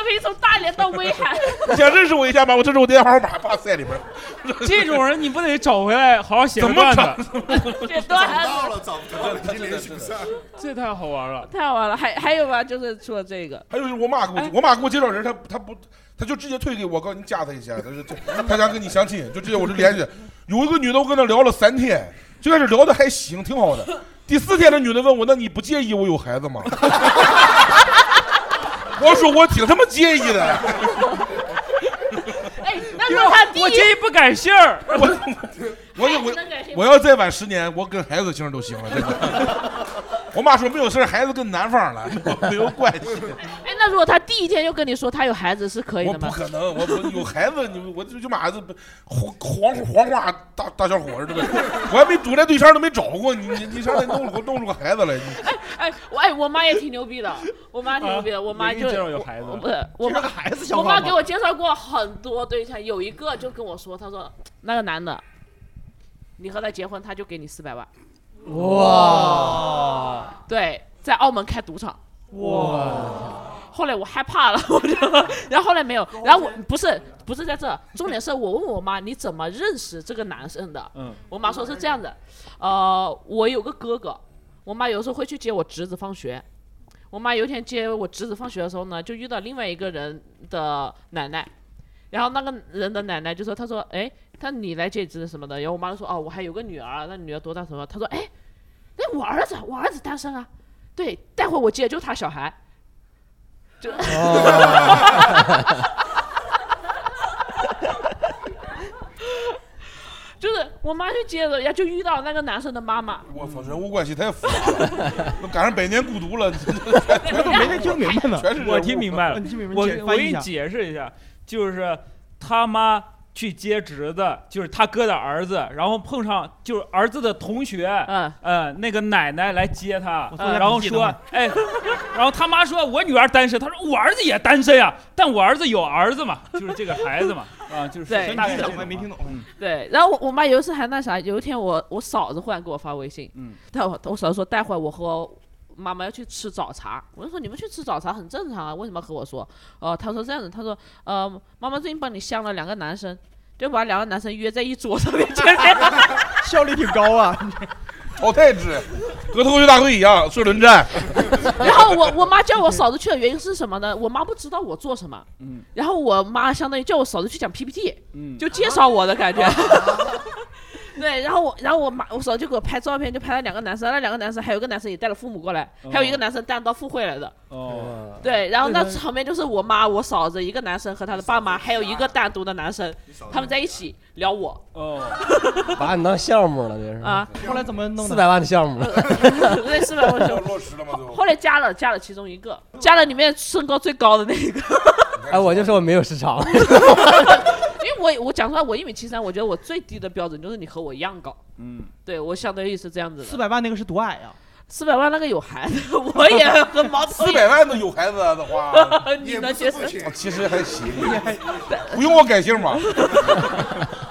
G: 瓶飞从大连到威海，
A: 你想认识我一下吗？我这是我电话号码，啪塞里边。
E: 这种人你不得找回来，好好写个
A: 怎么
E: 段
A: 找
E: 子，
G: 这段子
F: 到了，找不到了，已经连续不上。
E: 这太好玩了。
G: 太好玩了。还还有吧，就是除了这个，
A: 还有就是我妈给
E: 哎
A: 我，我妈给我介绍人，她她不，她就直接退给我，告诉你加她一下，她就就她想跟你相亲，就直接我就联系。有一个女的，我跟她聊了三天，最开始聊的还行，挺好的。第四天，那女的问我：“那你不介意我有孩子吗？” 我说我挺他妈介意 的，
G: 哎，那如果他第一，
E: 我建议不改姓儿，
A: 我我我
G: 能改姓吗
A: 我要再晚十年，我跟孩子姓都行了，真的。 我妈说没有事儿孩子跟男方了， 没有关系。
G: 哎，那如果他第一天就跟你说他有孩子是可以
A: 我
G: 的吗
A: 不？可能，我 我有孩子，你我就就马子黄黄黄花大大小伙儿，对不对？ 我还没我连对象都没找过，你你你上来弄出弄出个孩子来，你
G: 哎，我哎，我妈也挺牛逼的，我
E: 啊
G: 妈挺牛逼的，我妈
A: 你
G: 就
A: 介绍有孩子
G: 我不是我妈
A: 介绍个孩子
G: 我
A: 想法
G: 妈
A: 吗
G: 给我介绍过很多对象，有一个就跟我说，她说那个男的，你和他结婚，他就给你四百万，哦
E: 哇，
G: 对，在澳门开赌场。
E: 哇！
G: 后来我害怕了， 我就，然后后来没 有，然后我不是不是在这，重点是我问我妈你怎么认识这个男生的，
E: 嗯
G: 我妈说是这样的，呃，我有个哥哥，我妈有时候会去接我侄子放学。我妈有一天接我侄子放学的时候呢，就遇到另外一个人的奶奶，然后那个人的奶奶就说：“她说，哎，她你来接你侄子什么的。”然后我妈就说：“哦，我还有个女儿，那女儿多大什么？”她说：“哎，那我儿子，我儿子单身啊，对，待会我姐就他小孩。”就， 就是我妈去接着，然后就遇到那个男生的妈妈，
A: 我操，人物关系太复杂了， 都赶上百年孤独了，全都 没人听明白呢哦全是人物啊
E: 我听明白了，我
A: 解
E: 我
A: 翻
E: 给
A: 译一
E: 你
A: 下
E: 解释一下，就是他妈去接侄子，就是他哥的儿子，然后碰上就是儿子的同学，
G: 嗯，
E: 呃，那个奶奶来接他，
H: 做一下
E: 然后
H: 笔记
E: 说
H: 等，
E: 哎，然后他妈说，我女儿单身，他说我儿子也单身呀，但我儿子有儿子嘛，就是这个孩子嘛，啊，就是
G: 对
E: 大概
G: 你听懂
E: 我也没听懂，
G: 对，然后我我妈有一次还那啥，有一天我我嫂子忽然给我发微信，
E: 嗯，
G: 但我我嫂子说待会儿我和妈妈要去吃早茶，我就说你们去吃早茶很正常啊，为什么和我说？哦，她说这样子，她说呃，妈妈最近帮你相了两个男生，就把两个男生约在一桌上面见面，
A: 效率挺高啊，淘汰制，和脱口秀大会一样，顺轮战。
G: 然后我我妈叫我嫂子去的原因是什么呢？我妈不知道我做什么，
E: 嗯
G: 然后我妈相当于叫我嫂子去讲 PPT，
E: 嗯
G: 就介绍我的感
A: 啊
G: 觉。 对，然后我，然后我妈，我嫂子就给我拍照片，就拍了两个男生，那两个男生还有一个男生也带了父母过来，
A: 哦
G: 还有一个男生带到赴会来的。
E: 哦，
G: 对，然后那
E: 对对
G: 场面就是我妈、我嫂子一个男生和他的爸妈，还有一个单独的男生，他
A: 啊
G: 们在一起聊我。
E: 哦，
B: 把你当项目了，这是
G: 啊
B: 嗯
G: 后来怎么弄的
B: 四百万的项目了，
G: 对，四百万
A: 落实了吗？最后
G: 后来加了加了其中一个，加了里面身高最高的那一个。
B: 哎，我就说我没有市 场，
G: 因为我我讲出来，我一米七三，我觉得我最低的标准就是你和我一样高。
E: 嗯，
G: 对我相当于是这样子的。
D: 四百万那个是啊多矮呀？
G: 四百万那个有孩子，我也很毛头。，
A: 四百万都有孩子的话
G: 你能接受
A: 也不是父亲其实还 行，不用我改姓吧？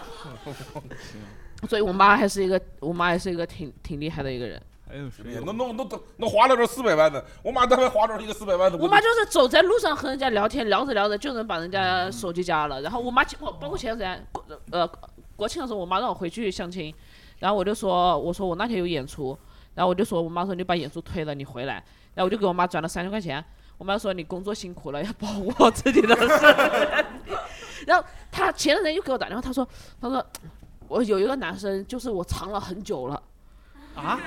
G: 所以我妈还是一个，我妈还是一个挺挺厉害的一个人。
E: 哎呦，
A: 也能弄弄能划着这四百万的，我妈单位划着一个四百万的，
G: 我妈就是走在路上和人家聊天，聊着聊着就能把人
E: 嗯
G: 家手机加了。然后我妈前，我包括前段时间国呃国庆的时候，我妈让我回去相亲，然后我就说我说我那天有演出，然后我就说我妈说你把演出推了，你回来，然后我就给我妈转了三千块钱。我妈说你工作辛苦了，要保护好自己的事儿。 然后她前段时间又给我打电话，她说她说我有一个男生，就是我藏了很久了。
E: 啊？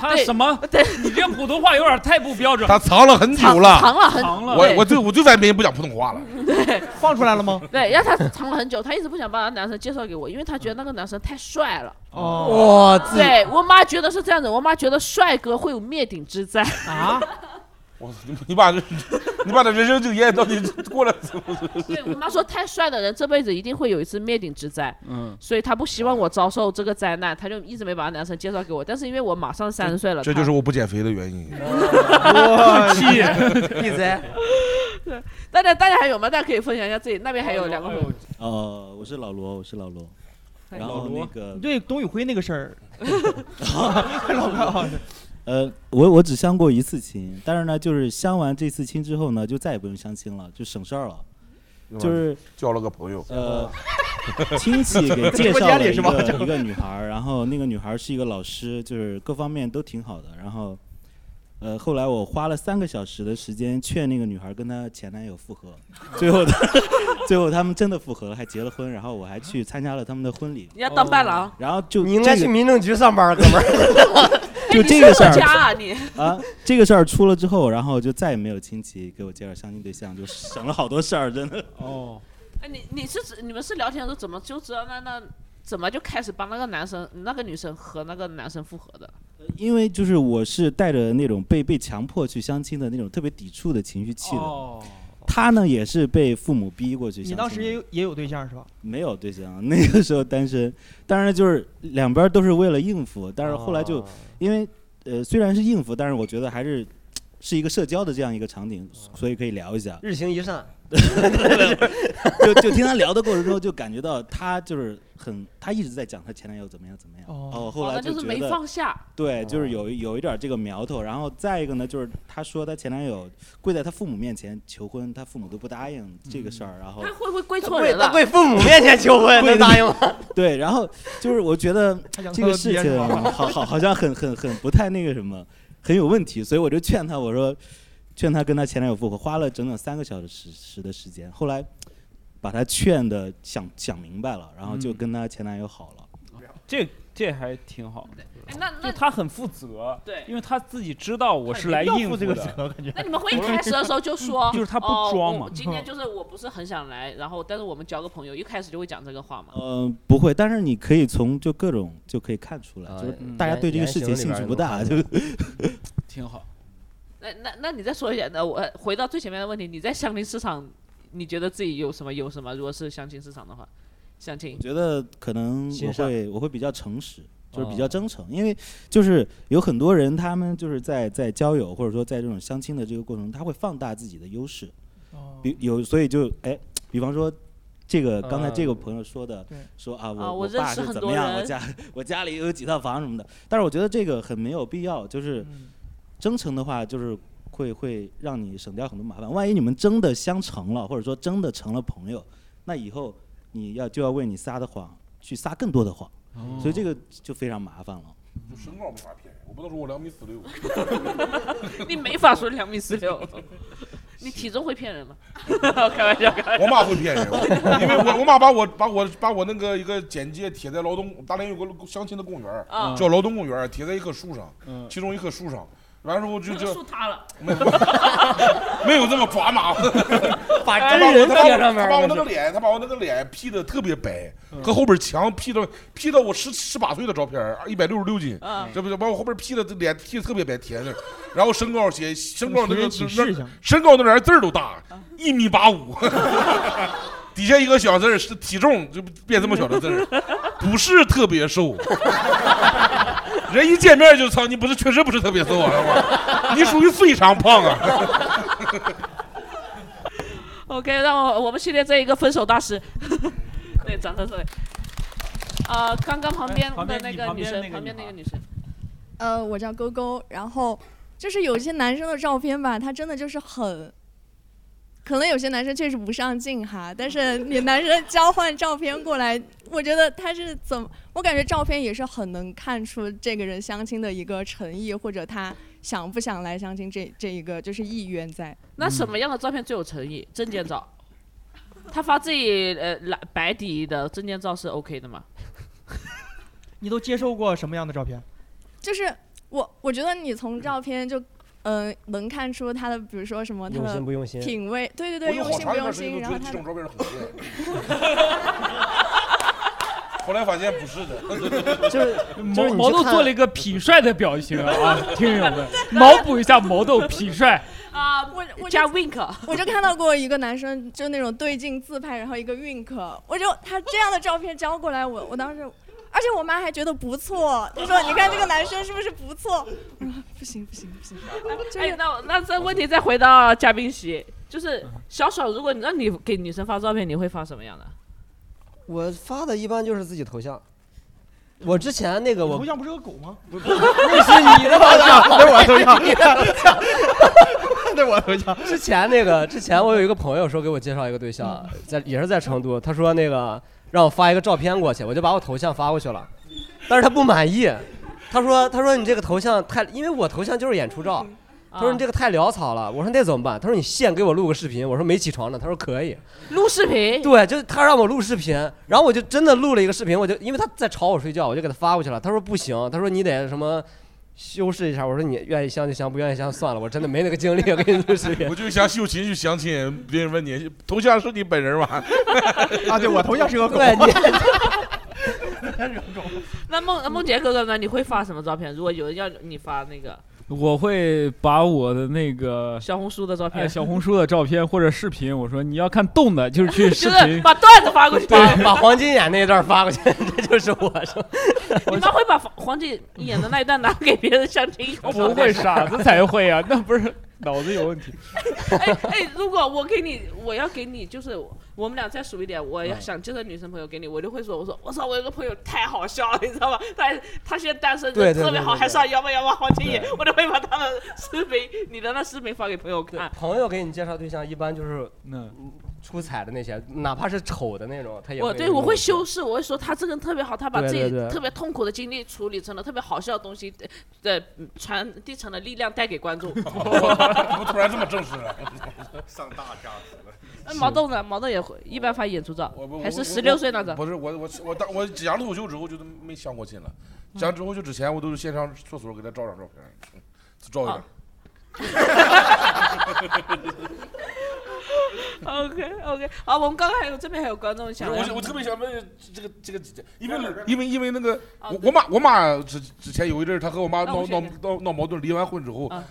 E: 他什么？你这普通话有点太不标准。
A: 她藏了很久了，
G: 藏了很藏了
A: 我
G: 对
A: 我就我就在别人不讲普通话了，
G: 对，
D: 放出来了吗？
G: 对，让他藏了很久，他一直不想把那男生介绍给我，因为他觉得那个男生太帅了。
A: 哦哇自己
G: 对我妈觉得是这样子，我妈觉得帅哥会有灭顶之灾
D: 啊。
A: 我操你你把这你把这人生经验到底过来怎么？
G: 对我妈说，太帅的人这辈子一定会有一次灭顶之灾，
A: 嗯，
G: 所以她不希望我遭受这个灾难，她就一直没把那男生介绍给我。但是因为我马上三十岁了，
A: 这
G: 她
A: 就是我不减肥的原因。
G: 我
L: 去
G: 闭嘴！ 对，大家大家还有吗？大家可以分享一下自己那哦边还有两个朋友。
N: 呃，我是老罗，我是老罗。然后那个
D: 对董宇辉那个事儿，
N: 老
D: 老高，
N: 呃，我我只相过一次亲，但是呢，就是相完这次亲之后呢，就再也不用相亲了，就省事儿了。就是
A: 交了个朋友，
N: 呃，亲戚 给介绍
A: 家
N: 了
A: 里
N: 一
A: 是吧
N: 个一个女孩儿，然后那个女孩儿是一个老师，就是各方面都挺好的。然后，呃，后来我花了三个小时的时间劝那个女孩儿跟她前男友复合，最后她 最后他们真的复合了，还结了婚。然后我还去参加了他们的婚礼。
G: 你要当伴郎，
N: 然后就
B: 你应该
N: 这个
B: 去民政局上班儿，哥们儿。
N: 就这个事
G: 哎你是作家啊
N: 儿
G: 你
N: 啊，这个事儿出了之后，然后就再也没有亲戚给我介绍相亲对象，就省了好多事儿，真的。
H: 哦，
G: 哎，你你是指你们是聊天的时候怎么就知道那那怎么就开始帮那个男生、那个女生和那个男生复合的？
N: 因为就是我是带着那种被被强迫去相亲的那种特别抵触的情绪去的。
H: 哦
N: 他呢也是被父母逼过去相亲
D: 你
N: 的。
D: 当时也有也有对象是吧？
N: 没有对象，那个时候单身，当然就是两边都是为了应付，但是后来
B: 哦
N: 就、因为呃虽然是应付，但是我觉得还是是一个社交的这样一个场景，所以可以聊一下。
B: 日行一善，
N: 就 就听他聊的过程中，就感觉到他就是很，他一直在讲他前男友怎么样怎么样。
G: 哦
N: 后
G: 哦
N: 来
G: 那就是
N: 觉
G: 没
N: 得
G: 放下
B: 哦
N: 对，就是有有一点这个苗头。然后再一个呢，就是她说她前男友跪在她父母面前求婚，她父母都不答应这个
B: 嗯
N: 事儿。然后
G: 他会不会跪
B: 他
G: 错
B: 跪
G: 人了？
B: 他跪父母面前求婚
N: 跪
B: 能答应吗？
N: 对，然后就是我觉得
G: 想
N: 这个
G: 到
N: 事
G: 别人
N: 情
G: 吗
N: 好好好像很很很不太那个什么，很有问题，所以我就劝她，我说劝她跟她前男友复合，花了整整三个小时时的时间，后来把她劝的想想明白了，然后就
H: 嗯
N: 跟她前男友好了。
H: 这这还挺好的。
G: 哎那
H: 就他很负责，
G: 对，
H: 因为他自己知道我是来
D: 要
H: 应
D: 负
H: 付
D: 这个
H: 的，
D: 责任感觉
G: 那你们会一开始的时候就说
H: 就是他不
G: 哦
H: 装嘛嗯
G: 我今天就是我不是很想来，然后但是我们交个朋友，一开始就会讲这个话嘛。
N: 嗯、不会，但是你可以从就各种就可以看出来，就是
G: 嗯
N: 大家对这个
B: 言
N: 事情
B: 言行
N: 兴
B: 里
N: 趣
B: 边
N: 不
B: 能
N: 大，
B: 看
N: 就
H: 挺好。
G: 那那那你再说一下，那我回到最前面的问题，你在相亲市场，你觉得自己有什么有什么？如果是相亲市场的话，相亲
N: 我觉得可能
G: 欣
N: 我
G: 赏
N: 会我会比较诚实，就是比
G: 哦
N: 较真诚，因为就是有很多人他们就是在在交友或者说在这种相亲的这个过程中，他会放大自己的优势，
G: 哦
N: 比有所以就哎，比方说。这个刚才这个
H: 嗯
N: 朋友说的，
H: 对
N: 说啊，
G: 啊
N: 我
G: 我
N: 我
G: 认
N: 爸
G: 识
N: 是
G: 很
N: 怎
G: 多
N: 么样，我
G: 人，
N: 家我家里有几套房什么的，但是我觉得这个很没有必要，就是真诚的话，就是会会让你省掉很多麻烦。万一你们真的相成了，或者说真的成了朋友，那以后你要就要为你撒的谎去撒更多的谎，
A: 哦
N: 所以这个就非常麻烦了。
A: 就身高没法骗人，我不能说我两米四六
G: 你没法说两米四 六，你体重会骗人吗？开玩笑，开玩笑。
A: 我妈会 骗人，因为我我妈把我把我把我那个一个简介贴在劳动大连有个相亲的公园儿
G: 啊
A: 叫劳动公园儿，贴在一棵树上
H: 嗯，
A: 其中一棵树上，完了之后就
G: 这
A: 就
G: 个树塌了，
A: 没有这么抓 马，
G: 把
A: 他
G: 真人
A: 把我
G: 贴上面
A: 哎他
G: 儿
A: 把
G: 嗯
A: 我
G: 那
A: 那个
G: 是
A: 脸，他把我那个脸 P 的特别白，和后边墙 P 的 P 到我十十八岁的照片儿，一百六十六斤
G: 嗯，
A: 这不是把我后边 P 的脸 P 的特别白，贴在那儿，然后身高写身高那
D: 寻
A: 个
D: 人启事一下
A: 那身高那连字儿都大，
G: 嗯
A: 一米八五， 底下一个小字儿是体重就变这么小的字儿，不是特别瘦。 人一见面就操，你不是确实不是特别瘦啊，是吧你属于非常胖啊。
G: OK，让我我们系列这一个分手大 师，对，掌声送给。啊，刚刚旁边
H: 哎旁
G: 的
H: 边
G: 那
H: 你
G: 个
H: 旁
G: 女
H: 边
G: 生，
H: 那个
G: 旁边
H: 女
G: 那个女生，
O: 呃，我叫勾勾，然后就是有些男生的照片吧，他真的就是很，可能有些男生确实不上镜哈，但是你男生交换照片过来，我觉得他是怎么，我感觉照片也是很能看出这个人相亲的一个诚意，或者他想不想来相亲这这一个就是意愿在。
H: 嗯
G: 那什么样的照片最有诚意？证件照，他发自己呃蓝白底的证件照是 OK 的吗？
D: 你都接受过什么样的照片？
O: 嗯就是我，我觉得你从照片就，嗯、能看出他的，比如说什么他
B: 用
O: 的
B: 心不用心
O: 品味， 对对
A: 我
O: 对，
A: 有
O: 用
A: 好
O: 心
A: 长一段
O: 不用
A: 时间都
O: 心，
A: 觉
O: 然后
A: 得
O: 他
A: 这
O: 的
A: 种照片很贱，后来发现不是 的，
B: 就是
H: 毛毛豆做了一个痞帅的表情啊， 听友们脑补一下毛豆痞帅，
O: 啊，我我
G: 加
O: wink，我就看到过一个男生就那种对镜自拍，然后一个 wink，我就他这样的照片交过来，我我当时，而且我妈还觉得不错，她说你看这个男生是不是 不错？我说 不行不行不行，
G: 哎，那我那这问题再回到嘉宾席，就是小爽，如果你让你给 女生发照片，你会发什么样的？
B: 我发的一般就是自己头像，我之前那个我
D: 头像不是个狗吗？
B: 那是你的头像
D: 那是我头像
B: 那我头像。之前那个，之前我有一个朋友说给我介绍一个对象，在也是在成都，他说那个让我发一个照片过去，我就把我头像发过去了，但是他不满意，他说他说你这个头像太，因为我头像就是演出照。
G: 啊
B: 他说你这个太潦草了，我说那怎么办？他说你现给我录个视频，我说没起床呢，他说可以，
G: 录视频，
B: 对，就是他让我录视频，然后我就真的录了一个视频，我就因为他在吵我睡觉，我就给他发过去了。他说不行，他说你得什么修饰一下。我说你愿意相就相，不愿意相算了，我真的没那个精力。我给你录视 频，
A: 我就是想秀琴去相亲，别人问你头像是你本人 吗？
D: 啊，对我头像是个狗
B: 对你
G: 那梦梦杰哥哥呢？你会发什么照片？如果有人要你发那个
H: 我会把我的那个
G: 小红书的照
H: 哎
G: 片，
H: 小红书的照片或者视频，我说你要看动的，就 是去视
G: 就是
H: 频。
G: 把段子发过去。
H: 对
B: 把黄金眼那一段发过去， 这就是我说。
G: 你妈会把黄黄金演的那一段拿给别人相亲？
H: 不会，傻子才会啊，那不是脑子有问题。
G: 哎哎，如果我给你，我要给你，就是我们俩再熟一点，我
B: 嗯
G: 要想介绍女生朋友给你，我就会说，我说我操，我有个朋友太好笑了，你知道吗？他他现在单身，
B: 对
G: 人
B: 对
G: 特别好，
B: 对对
G: 还上摇吧摇吧黄金眼
B: 对，
G: 我就会把他们视频，你的那视频发给朋友看。
B: 朋友给你介绍对象，一般就是
A: 嗯
B: 出彩的那些，哪怕是丑的那种，他也
G: 我对我会修饰，我会说他这个人特别好，他把
B: 对
G: 自己
B: 对对
G: 特别痛苦的经历处理成了特别好笑的东西，呃，呃传递成了力量，带给观众。
A: 怎么突然这么正式啊了？
F: 上大架子了。
G: 那毛豆呢？毛豆也会一般发演出照
A: 我，
G: 还是
A: 我
G: 十六岁那 种？
A: 不是我我我当我讲脱口秀之后就都没相过亲了，讲之后就之前我都是先上厕所给他照张照片，照一张。
G: OK OK，好，我们刚刚还有这边还有观众想，
A: 我我特别想问这个这个姐姐，因为因为因为那个我我妈我妈之之前有一阵儿，她哦和我嗯妈
G: 啊
A: 闹
G: 我
A: 闹
G: 知
A: 闹闹矛盾，离完婚之后，
G: 啊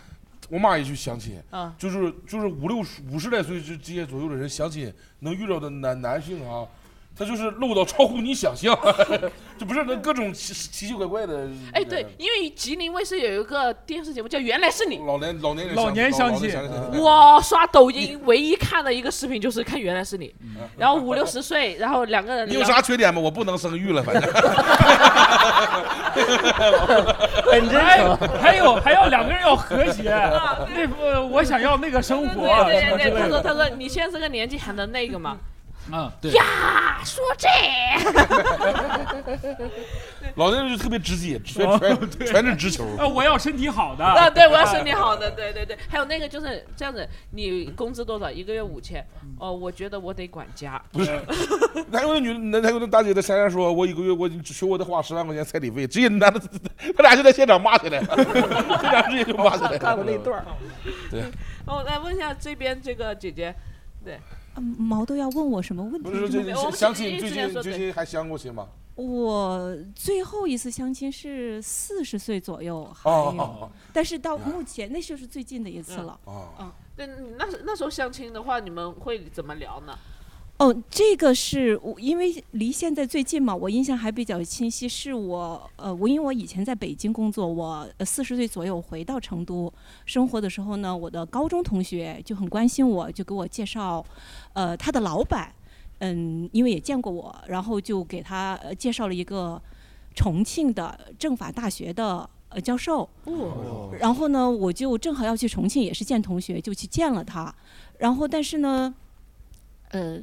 A: 我妈也去相亲，
G: 啊
A: 就是就是五六十五十来岁这这些左右的人相亲，能遇到的男男性啊。他就是漏到超乎你想象， 就不是那各种奇奇奇怪怪的。
G: 哎，对，因为吉林卫视有一个电视节目叫《原来是你》，
A: 老年老年人
H: 老年
A: 相
H: 相亲
A: 老年相
G: 我刷抖音唯一看的一个视频就是看《原来是你》，
H: 嗯
G: 然后五六十岁，然后两个人
A: 嗯你
G: 聊，
A: 有啥缺点吗？我不能生育 了，反正。
B: 很真
H: 诚。哎还有还要两个人要和 谐，那不我想要那个生活啊
G: 对
H: 什么
G: 对对
H: 之
G: 对，
H: 类
G: 他说他
H: 的。
G: 说你现在这个年纪还能那个 吗？
H: 啊，对。
G: 呀，说 这，
A: 老年人就特别直接，全
H: 哦
A: 全
H: 对
A: 全是直球。
H: 啊，我要身体好的。
G: 啊，对，我要 身体好的，对对对，还有那个就是这样子，你工资多少？一个月五千，哦，我觉得我得管 家，
A: 不是， 还有那女，那还有那大姐在山上说，我一个月我只学我得花十万块钱彩礼费，直接男的， 他俩就在现场骂起来了， 现场直接就骂起来了。
G: 看过那段儿。
A: 对，
G: 哦，来问一下这边这个姐姐，对，
P: 嗯毛豆要问我什么问题？
A: 不是最近
G: 我们
A: 相
G: 之
A: 亲，
G: 前
A: 最
G: 之前
A: 近
G: 说
A: 最
G: 对
A: 近还相过亲吗？
P: 我最后一次相亲是四十岁左右，还有，
A: 哦哦哦
P: 但是到目前、那就是最近的一次了。
A: 哦
G: 嗯，对，那时那时候相亲的话，你们会怎么聊呢？
P: 哦，这个是我因为离现在最近嘛，我印象还比较清晰，是我呃，我因为我以前在北京工作，我呃四十岁左右回到成都生活的时候呢，我的高中同学就很关心我，就给我介绍，呃，他的老板，嗯，因为也见过我，然后就给他呃介绍了一个重庆的政法大学的呃教授，然后呢，我就正好要去重庆，也是见同学，就去见了他。然后，但是呢，呃，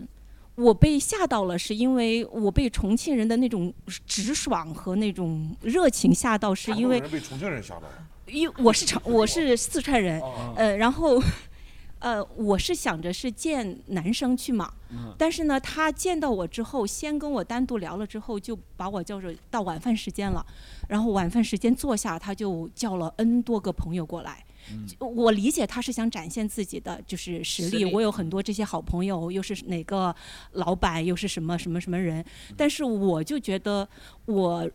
P: 我被吓到了，是因为我被重庆人的那种直爽和那种热情吓到，是因为
A: 人被重庆人吓到了。
P: 因我是成我是四川人，呃，然后 呃，我是想着是见男生去嘛，
L: 嗯
P: 但是呢，他见到我之后，先跟我单独聊了之后，就把我叫着到晚饭时间了，然后晚饭时间坐下，他就叫了 N 多个朋友过来。
H: 嗯
K: 嗯
P: 就我理解他是想展现自己的就是实
L: 实
P: 力，
L: 力
P: 我有很多这些好朋友，又是哪个老板，又是什么什么什么人，但是我就觉得我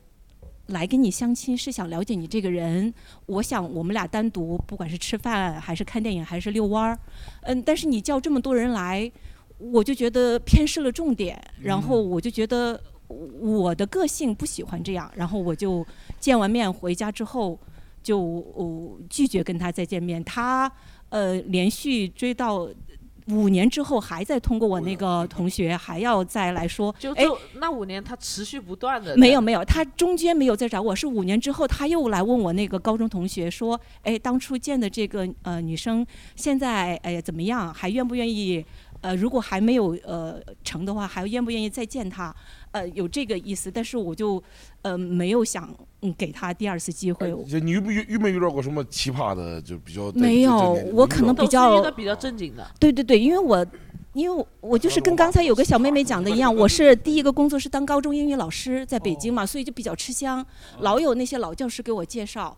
P: 来跟你相亲是想了解你这个人，我想我们俩单独，不管是吃饭还是看电影还是遛弯儿，嗯，但是你叫这么多人来，我就觉得偏失了重点，
G: 嗯
P: 然后我就觉得我的个性不喜欢这样，然后我就见完面回家之后就、哦拒绝跟他再见面，他呃连续追到五年之后还在通过我那个同学还要再来说，
G: 就
P: 哎，
G: 就那五年，他持续不断的
P: 没有没有，他中间没有再找我，是五年之后他又来问我那个高中同学说，哎，当初见的这个呃女生现在哎怎么样，还愿不愿意？呃，如果还没有呃成的话，还愿不愿意再见她？呃，有这个意思，但是我就呃没有想嗯给她第二次机会。
A: 就你遇不遇遇没遇到过什么奇葩的？就比较
P: 没有，我可能比较
G: 比较正经的。
P: 对对对，因为我。因为我就是跟刚才有个小妹妹讲的一样，我是第一个工作是当高中英语老师，在北京嘛，所以就比较吃香，老有那些老教师给我介绍，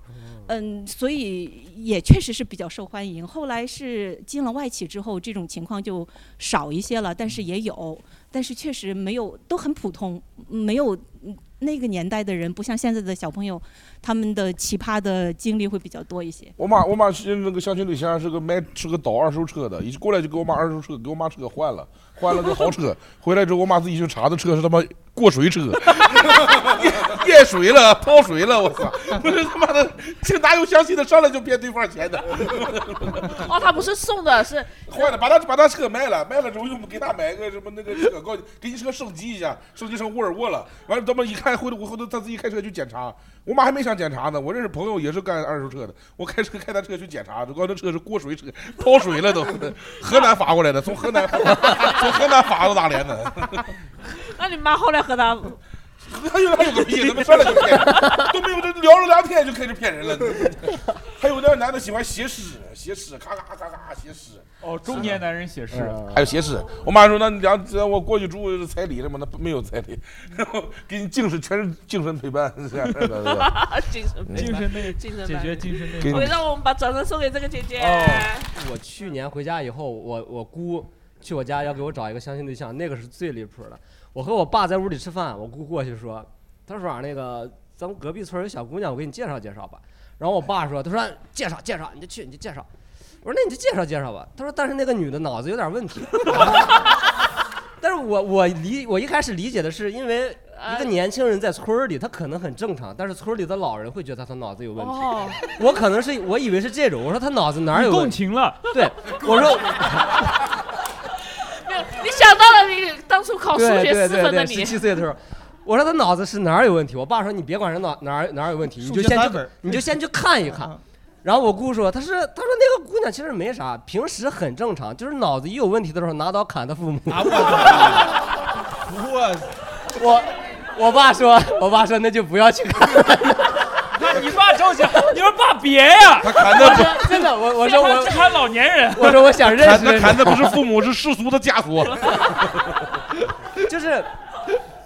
P: 嗯，所以也确实是比较受欢迎。后来是进了外企之后，这种情况就少一些了，但是也有，但是确实没有，都很普通，没有嗯那个年代的人，不像现在的小朋友，他们的奇葩的经历会比较多一些。
A: 我妈我妈是那个相亲对象是个卖是个倒二手车的，一过来就给我妈二手车，给我妈车换了，换了个豪车。回来之后，我妈自己去查的车是他妈过水车，淹淹水了，泡水了，我操！ 不是他妈的，这哪有相亲的上来就骗对方钱的？
G: 哦，他不是送的，是
A: 坏了，把他把他车卖了，卖了之后又给他买个什么那个车，告诉你给你车升级一下，升级成沃尔沃了。完了，他妈一看，回头我回头他自己开车去检查，我妈还没想检查呢。我认识朋友也是干二手车的，我开车开他车去检查，就告诉他车是过水车，泡水了都，河南发过来的，从河南从河南发到大连的。
G: 那你妈后来和他，
A: 他 有他
G: 哎
A: 有个屁，他们上来就骗人，都没有这聊了两天就开始骗人了。还有那男的喜欢写诗，写诗，咔咔咔咔写诗。嗯
H: 哦，中年男人写诗，
A: 还有斜视。我妈说：“那你俩这我过去住彩礼了吗？”那没有彩礼，然后给你精神全是精神陪伴， 是这啊嗯样的。是吧
G: 精神内
H: 精神内
G: 哎嗯精神
H: 解决精神内
G: 我让我们把掌声送给这个姐姐。
B: 哦我去年回家以后，我我姑去我家要给我找一个相亲对象，那个是最离谱的。我和我爸在屋里吃饭，我姑过去说：“她说啊那个咱们隔壁村有小姑娘，我给你介绍介绍吧。”然后我爸说：“他说介绍介绍，你就去你就介绍。”我说：“那你就介绍介绍吧。”他说：“但是那个女的脑子有点问题。”但是我我理我一开始理解的是，因为一个年轻人在村儿里，他可能很正常，但是村儿里的老人会觉得他脑子有问题。
G: 哦，
B: 我可能是我以为是这种，我说他脑子哪儿有
H: 你共
B: 问题
H: 情了？
B: 对，我 说
G: 没有，你想到了你当初考数
B: 对
G: 学
B: 对
G: 四
B: 对
G: 分的
B: 对，十
G: 你，
B: 七岁的时候，我说他脑子是哪儿有问题？我爸说你别管是脑哪儿哪儿有问题，你就
H: 数学
B: 先
H: 三
B: 去
H: 本嗯
B: 你就先去看一看。然后我姑说，她是她说那个姑娘其实没啥，平时很正常，就是脑子一有问题的时候拿刀砍她父母。
H: 啊我
B: 我我爸说，我爸说那就不要去看了。
H: 那你爸着想，你说爸别呀，
A: 他砍
B: 的不真的
H: 哎
B: 我我说我
H: 这还老年人，
B: 我说我想认识
A: 砍的砍的不是父母，是世俗的枷 锁。
B: 就是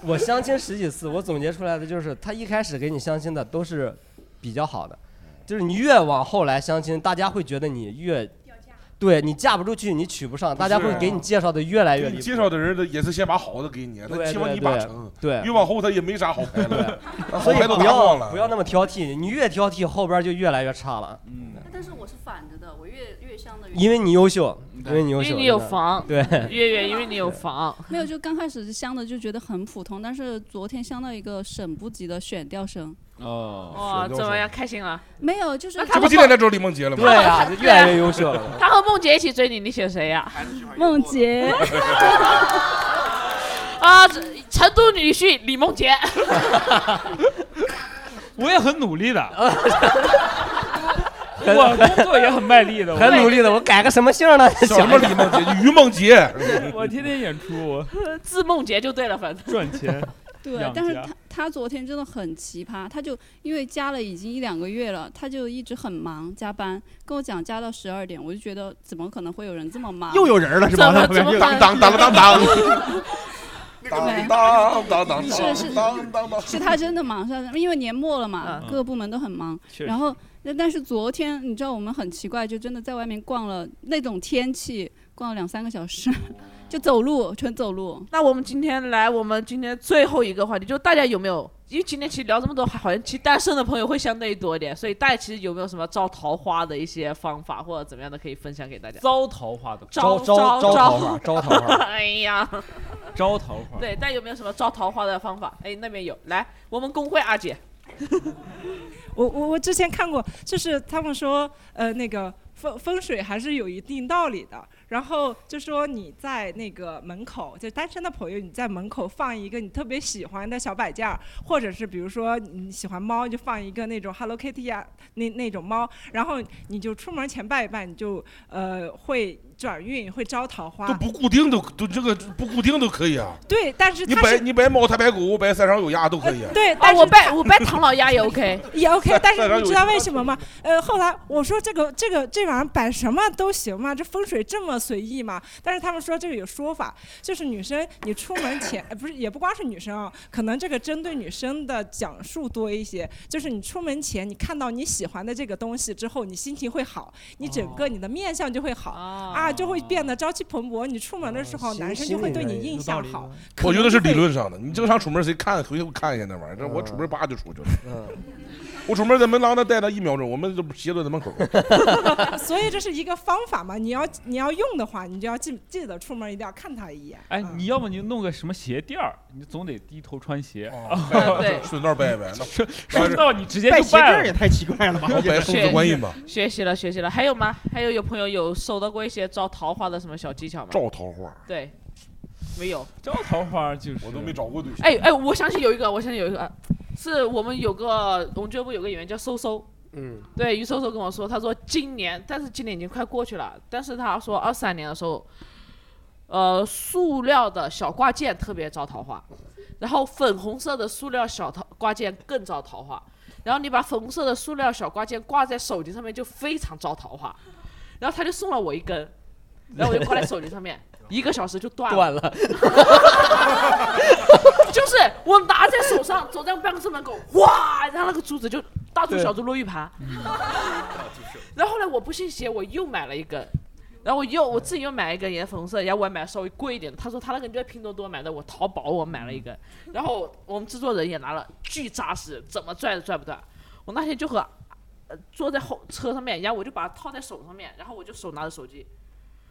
B: 我相亲十几次，我总结出来的就是，他一开始给你相亲的都是比较好的，就是你越往后来相亲，大家会觉得你越对你嫁不出去，你娶不上，大家会哎给你介绍的越来越
A: 给
B: 离
A: 你
B: 谱。
A: 介绍的人，他也是先把好的给你，他
B: 对
A: 希望你
B: 对
A: 把
B: 对
A: 成。
B: 对
A: 越往后他也没啥好牌 了，好
B: 嗯所以
A: 牌都
B: 不
A: 打光
B: 要
A: 了
B: 不。要那么挑剔，你越挑剔后边就越来越差了。嗯，
Q: 但是我是反着的，我越越香的越。
B: 因为你优秀，因为
G: 因
B: 你优秀，
G: 为你有
B: 真的
G: 房，
B: 对，
G: 月月，因为你有房，
Q: 没有，就刚开始是香的，就觉得很普通。但是昨天香到一个省部级的选调生，
H: 哦
G: 哇，怎么样，开心了？
Q: 没有，就是
G: 那
A: 这不今天来找李梦洁了吗？
G: 对呀
B: 就越来越优秀了。
G: 他和梦洁一起追你，你选谁 呀？
Q: 梦洁，
G: 啊，成都女婿李梦洁。
H: 我也很努力的， 我工作也很卖力的，我
B: 很努力的，我改个什么姓 呢？
H: 叫什么李梦
A: 洁，于梦洁，
H: 我天天演出，我
G: 字梦洁就对了，反正
H: 赚钱。
Q: 对
H: 养，
Q: 但是
H: 家
Q: 他他昨天真的很奇葩，他就因为加了已经一两个月了，他就一直很忙加班，跟我讲加到十二点，我就觉得怎么可能会有人这么忙？
N: 又有人了是吧
Q: 怎么
N: 旁边
Q: 怎么
N: 又有人
Q: 可能
N: 当当当当
A: 当当当当，
Q: 是是
A: 当当当，
Q: 是他真的忙，是
G: 嗯
Q: 他因为年末了嘛，各个部门都很忙。
A: 确实
Q: 然后，那但是昨天你知道我们很奇怪，就真的在外面逛了，那种天气逛了两三个小时， 就走路，纯走路。
G: 哦那我们今天来，我们今天最后一个话题，就大家有没有？因为今天其实聊这么多，好像其实单身的朋友会相对多一点，所以大家其实有没有什么招桃花的一些方法或者怎么样的可以分享给大家？
H: 招桃花的
G: 招招桃
H: 招桃
G: 花
H: 花，
B: 招桃花
G: 哎呀，
H: 招桃花。
G: 对，但有没有什么招桃花的方法？哎，那边有，来，我们工会阿姐，
K: 我我我之前看过，就是他们说，呃，那个风风水还是有一定道理的。然后就说你在那个门口，就单身的朋友，你在门口放一个你特别喜欢的小摆件儿，或者是比如说你喜欢猫，就放一个那种 Hello Kitty 啊，那那种猫，然后你就出门前拜一拜，你就呃会转运，会招桃花。
A: 不固定都都这个不固定都可以啊。
K: 对，但是
A: 你
K: 它
A: 摆
K: 是
A: 你摆猫，他摆狗，我摆三上有鸭都可以啊。
K: 对，但
G: 哦我拜我拜唐老鸭也 OK，
K: 也 OK，但
A: 在这
K: 是
A: 儿
K: 你
A: 有
K: 知
A: 一
K: 道
A: 个
K: 为什么吗？呃，后来我说这个这个这玩意儿摆什么都行吗？这风水这么随意吗？但是他们说这个有说法，就是女生你出门前，呃不是也不光是女生啊，可能这个针对女生的讲述多一些。就是你出门前你看到你喜欢的这个东西之后，你心情会好，你整
G: 哦
K: 个你的面相就会好、啊，就会变得朝气蓬勃。你出门的时候，男生就会对你印象好。
A: 我觉得是理论上的。你正常出门谁看？回去我看一下那玩意儿。这
K: 嗯
A: 我出门叭就出去了。我出门在门廊那待了一秒钟，我们这不斜蹲在门口。
K: 所以这是一个方法嘛，你要你要用的话，你就要记记得出门一定要看他一眼。
H: 哎，你要么你弄个什么鞋垫儿，你总得低头穿鞋。哦
A: 对哦顺道拜拜那
H: 顺顺道你直接就
G: 拜鞋
H: 拜
G: 垫
H: 了
G: 儿也
D: 太奇怪了 吧
A: 我摆送子观音吧。
G: 学习了学习了，还有吗？还有有朋友有收到过一些招桃花的什么小技巧吗？
A: 照桃花，
G: 对，没有。
H: 招桃花就是
A: 我都没找过对象。
G: 哎哎，我想起有一个，我想起有一个，是我们有个我们俱乐部有个演员叫搜搜，
B: 嗯，
G: 对，于搜搜跟我说，他说今年，但是今年已经快过去了，但是他说二三年的时候，呃，塑料的小挂件特别招桃花，然后粉红色的塑料小桃挂件更招桃花，然后你把粉红色的塑料小挂件挂在手机上面就非常招桃花，然后他就送了我一根，然后我就挂在手机上面，一个小时就断了，
B: 断了，
G: 就是我拿在手上，走在办公室门口，哇，然后那个珠子就大珠小珠落玉盘。
B: 嗯
G: 然后后来我不信邪，我又买了一根，然后我又我自己又买了一根也是粉红色，然后我还买稍微贵一点的。他说他那根就在拼多多买的，我淘宝我买了一根，
B: 嗯
G: 然后我们制作人也拿了，巨扎实，怎么拽都拽不断。我那天就和、呃、坐在后车上面，然后我就把它套在手上面，然后我就手拿着手机，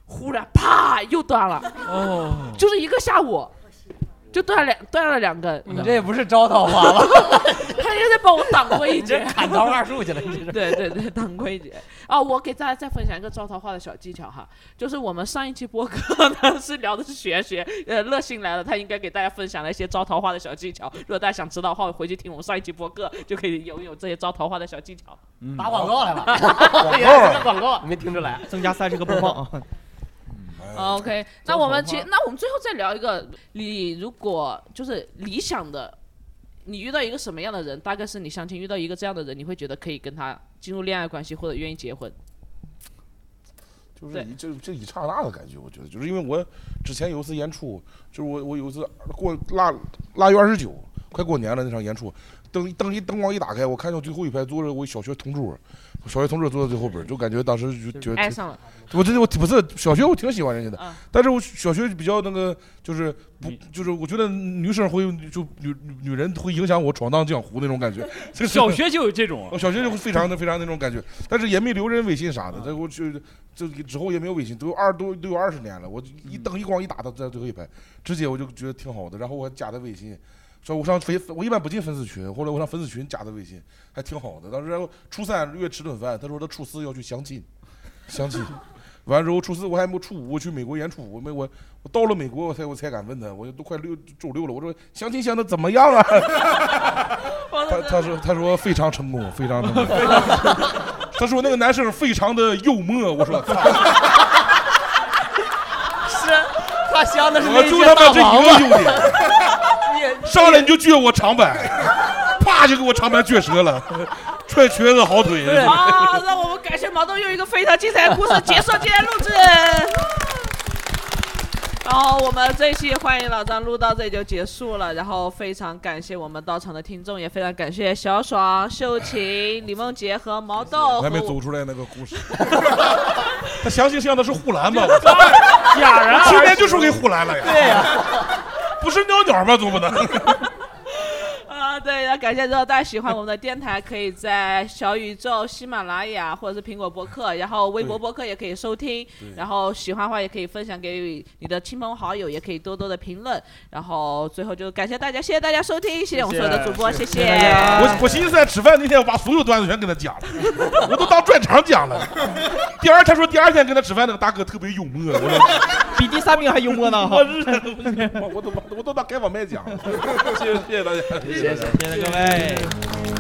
G: 忽然啪又断了，
B: 嗯
H: 哦，
G: 就是一个下午。就断了两断了两根，
B: 你 这也不是招桃花吧？
G: 他也在帮我挡过一
B: 你这
G: 劫，
B: 砍桃花树去了，你这是。
G: 对对对，当归姐啊，我给大家再分享一个招桃花的小技巧哈，就是我们上一期播客呢 是聊的是玄学，呃，乐心来了，他应该给大家分享了一些招桃花的小技巧。如果大家想知道的话，回去听我们上一期播客就可以拥有这些招桃花的小技巧。
B: 打 广告来了
G: 原来是个广告啊。
B: 没听出来，
D: 增加三十个播放啊。
G: 啊 OK，那我们其实那我们最后再聊一个，你如果就是理想的，你遇到一个什么样的人，大概是你相亲遇到一个这样的人，你会觉得可以跟他进入恋爱关系或者愿意结婚？
A: 就是一这这一刹那的感觉，我觉得就是因为我之前有一次演出，就是我我有一次过腊腊月二十九，快过年了那场演出，灯灯一灯光一打开，我看到最后一排坐着我小学同桌，我小学同桌坐在最后边儿，就感觉当时就觉得
G: 爱上了。
A: 我真的我不是小学我挺喜欢人家的
G: 嗯，
A: 但是我小学比较那个就是不就是我觉得女生会就女女人会影响我闯荡江湖那种感 觉，就是
H: 小学就有这种
A: 我哦小学就非常的非常那种感觉，但是也没留人微信啥的，
H: 嗯
A: 这我就就之后也没有微信，都有二都都有二十年了，我就一
H: 嗯
A: 灯一光一打到在最后一排，直接我就觉得挺好的，然后我还加他微信。说我上粉，我一般不进粉丝群，后来我上粉丝群加他微信，还挺好的。当时初三约吃顿饭，他说他初四要去相亲，相亲，完之后初四我还没有初五我去美国演出，我没我我到了美国我才我才敢问他，我都快六周六了，我说相亲相的怎么样啊？他他说他说非常成 功，非常成功。他说那个男生非常的幽默，我说操，
B: 是他相的是
A: 我
B: 那
A: 就
B: 些
A: 他
B: 大
A: 妈这
B: 王
A: 一个优
B: 八。
A: 点， 上来你就撅我长板，啪就给我长板撅折了，踹瘸子好 腿。
G: 啊，让我们感谢毛豆用一个非常精彩的故事结束今天录制。然后我们这一期欢迎老张录到这里就结束了，然后非常感谢我们到场的听众，也非常感谢小爽、秀琴、李梦洁和毛豆
A: 我
G: 和
A: 还没走出来那个故事，他详细像的是护 栏吧？
G: 戛然而止
A: 今天就输给啊护栏了呀！
G: 对呀
A: 不是鸟鸟吗？总不能。
G: 啊，对，家感谢之后，大家喜欢我们的电台，可以在小宇宙、喜马拉雅或者是苹果播客，然后微博播客也可以收听
R: 对。
G: 然后喜欢的话也可以分享给你的亲朋好友，也可以多多的评论。然后最后就感谢大家，谢谢大家收听，谢谢我们所有的主播，谢谢。
A: 我我寻思在吃饭那天，我把所有段子全跟他讲了，我都当专场讲了。第二，他说第二天跟他吃饭那个大哥特别幽默， 我说
D: 比第三名还幽默呢
A: 我是我我都我都当开放麦讲了。谢谢谢谢大家，
D: 谢谢谢谢各位。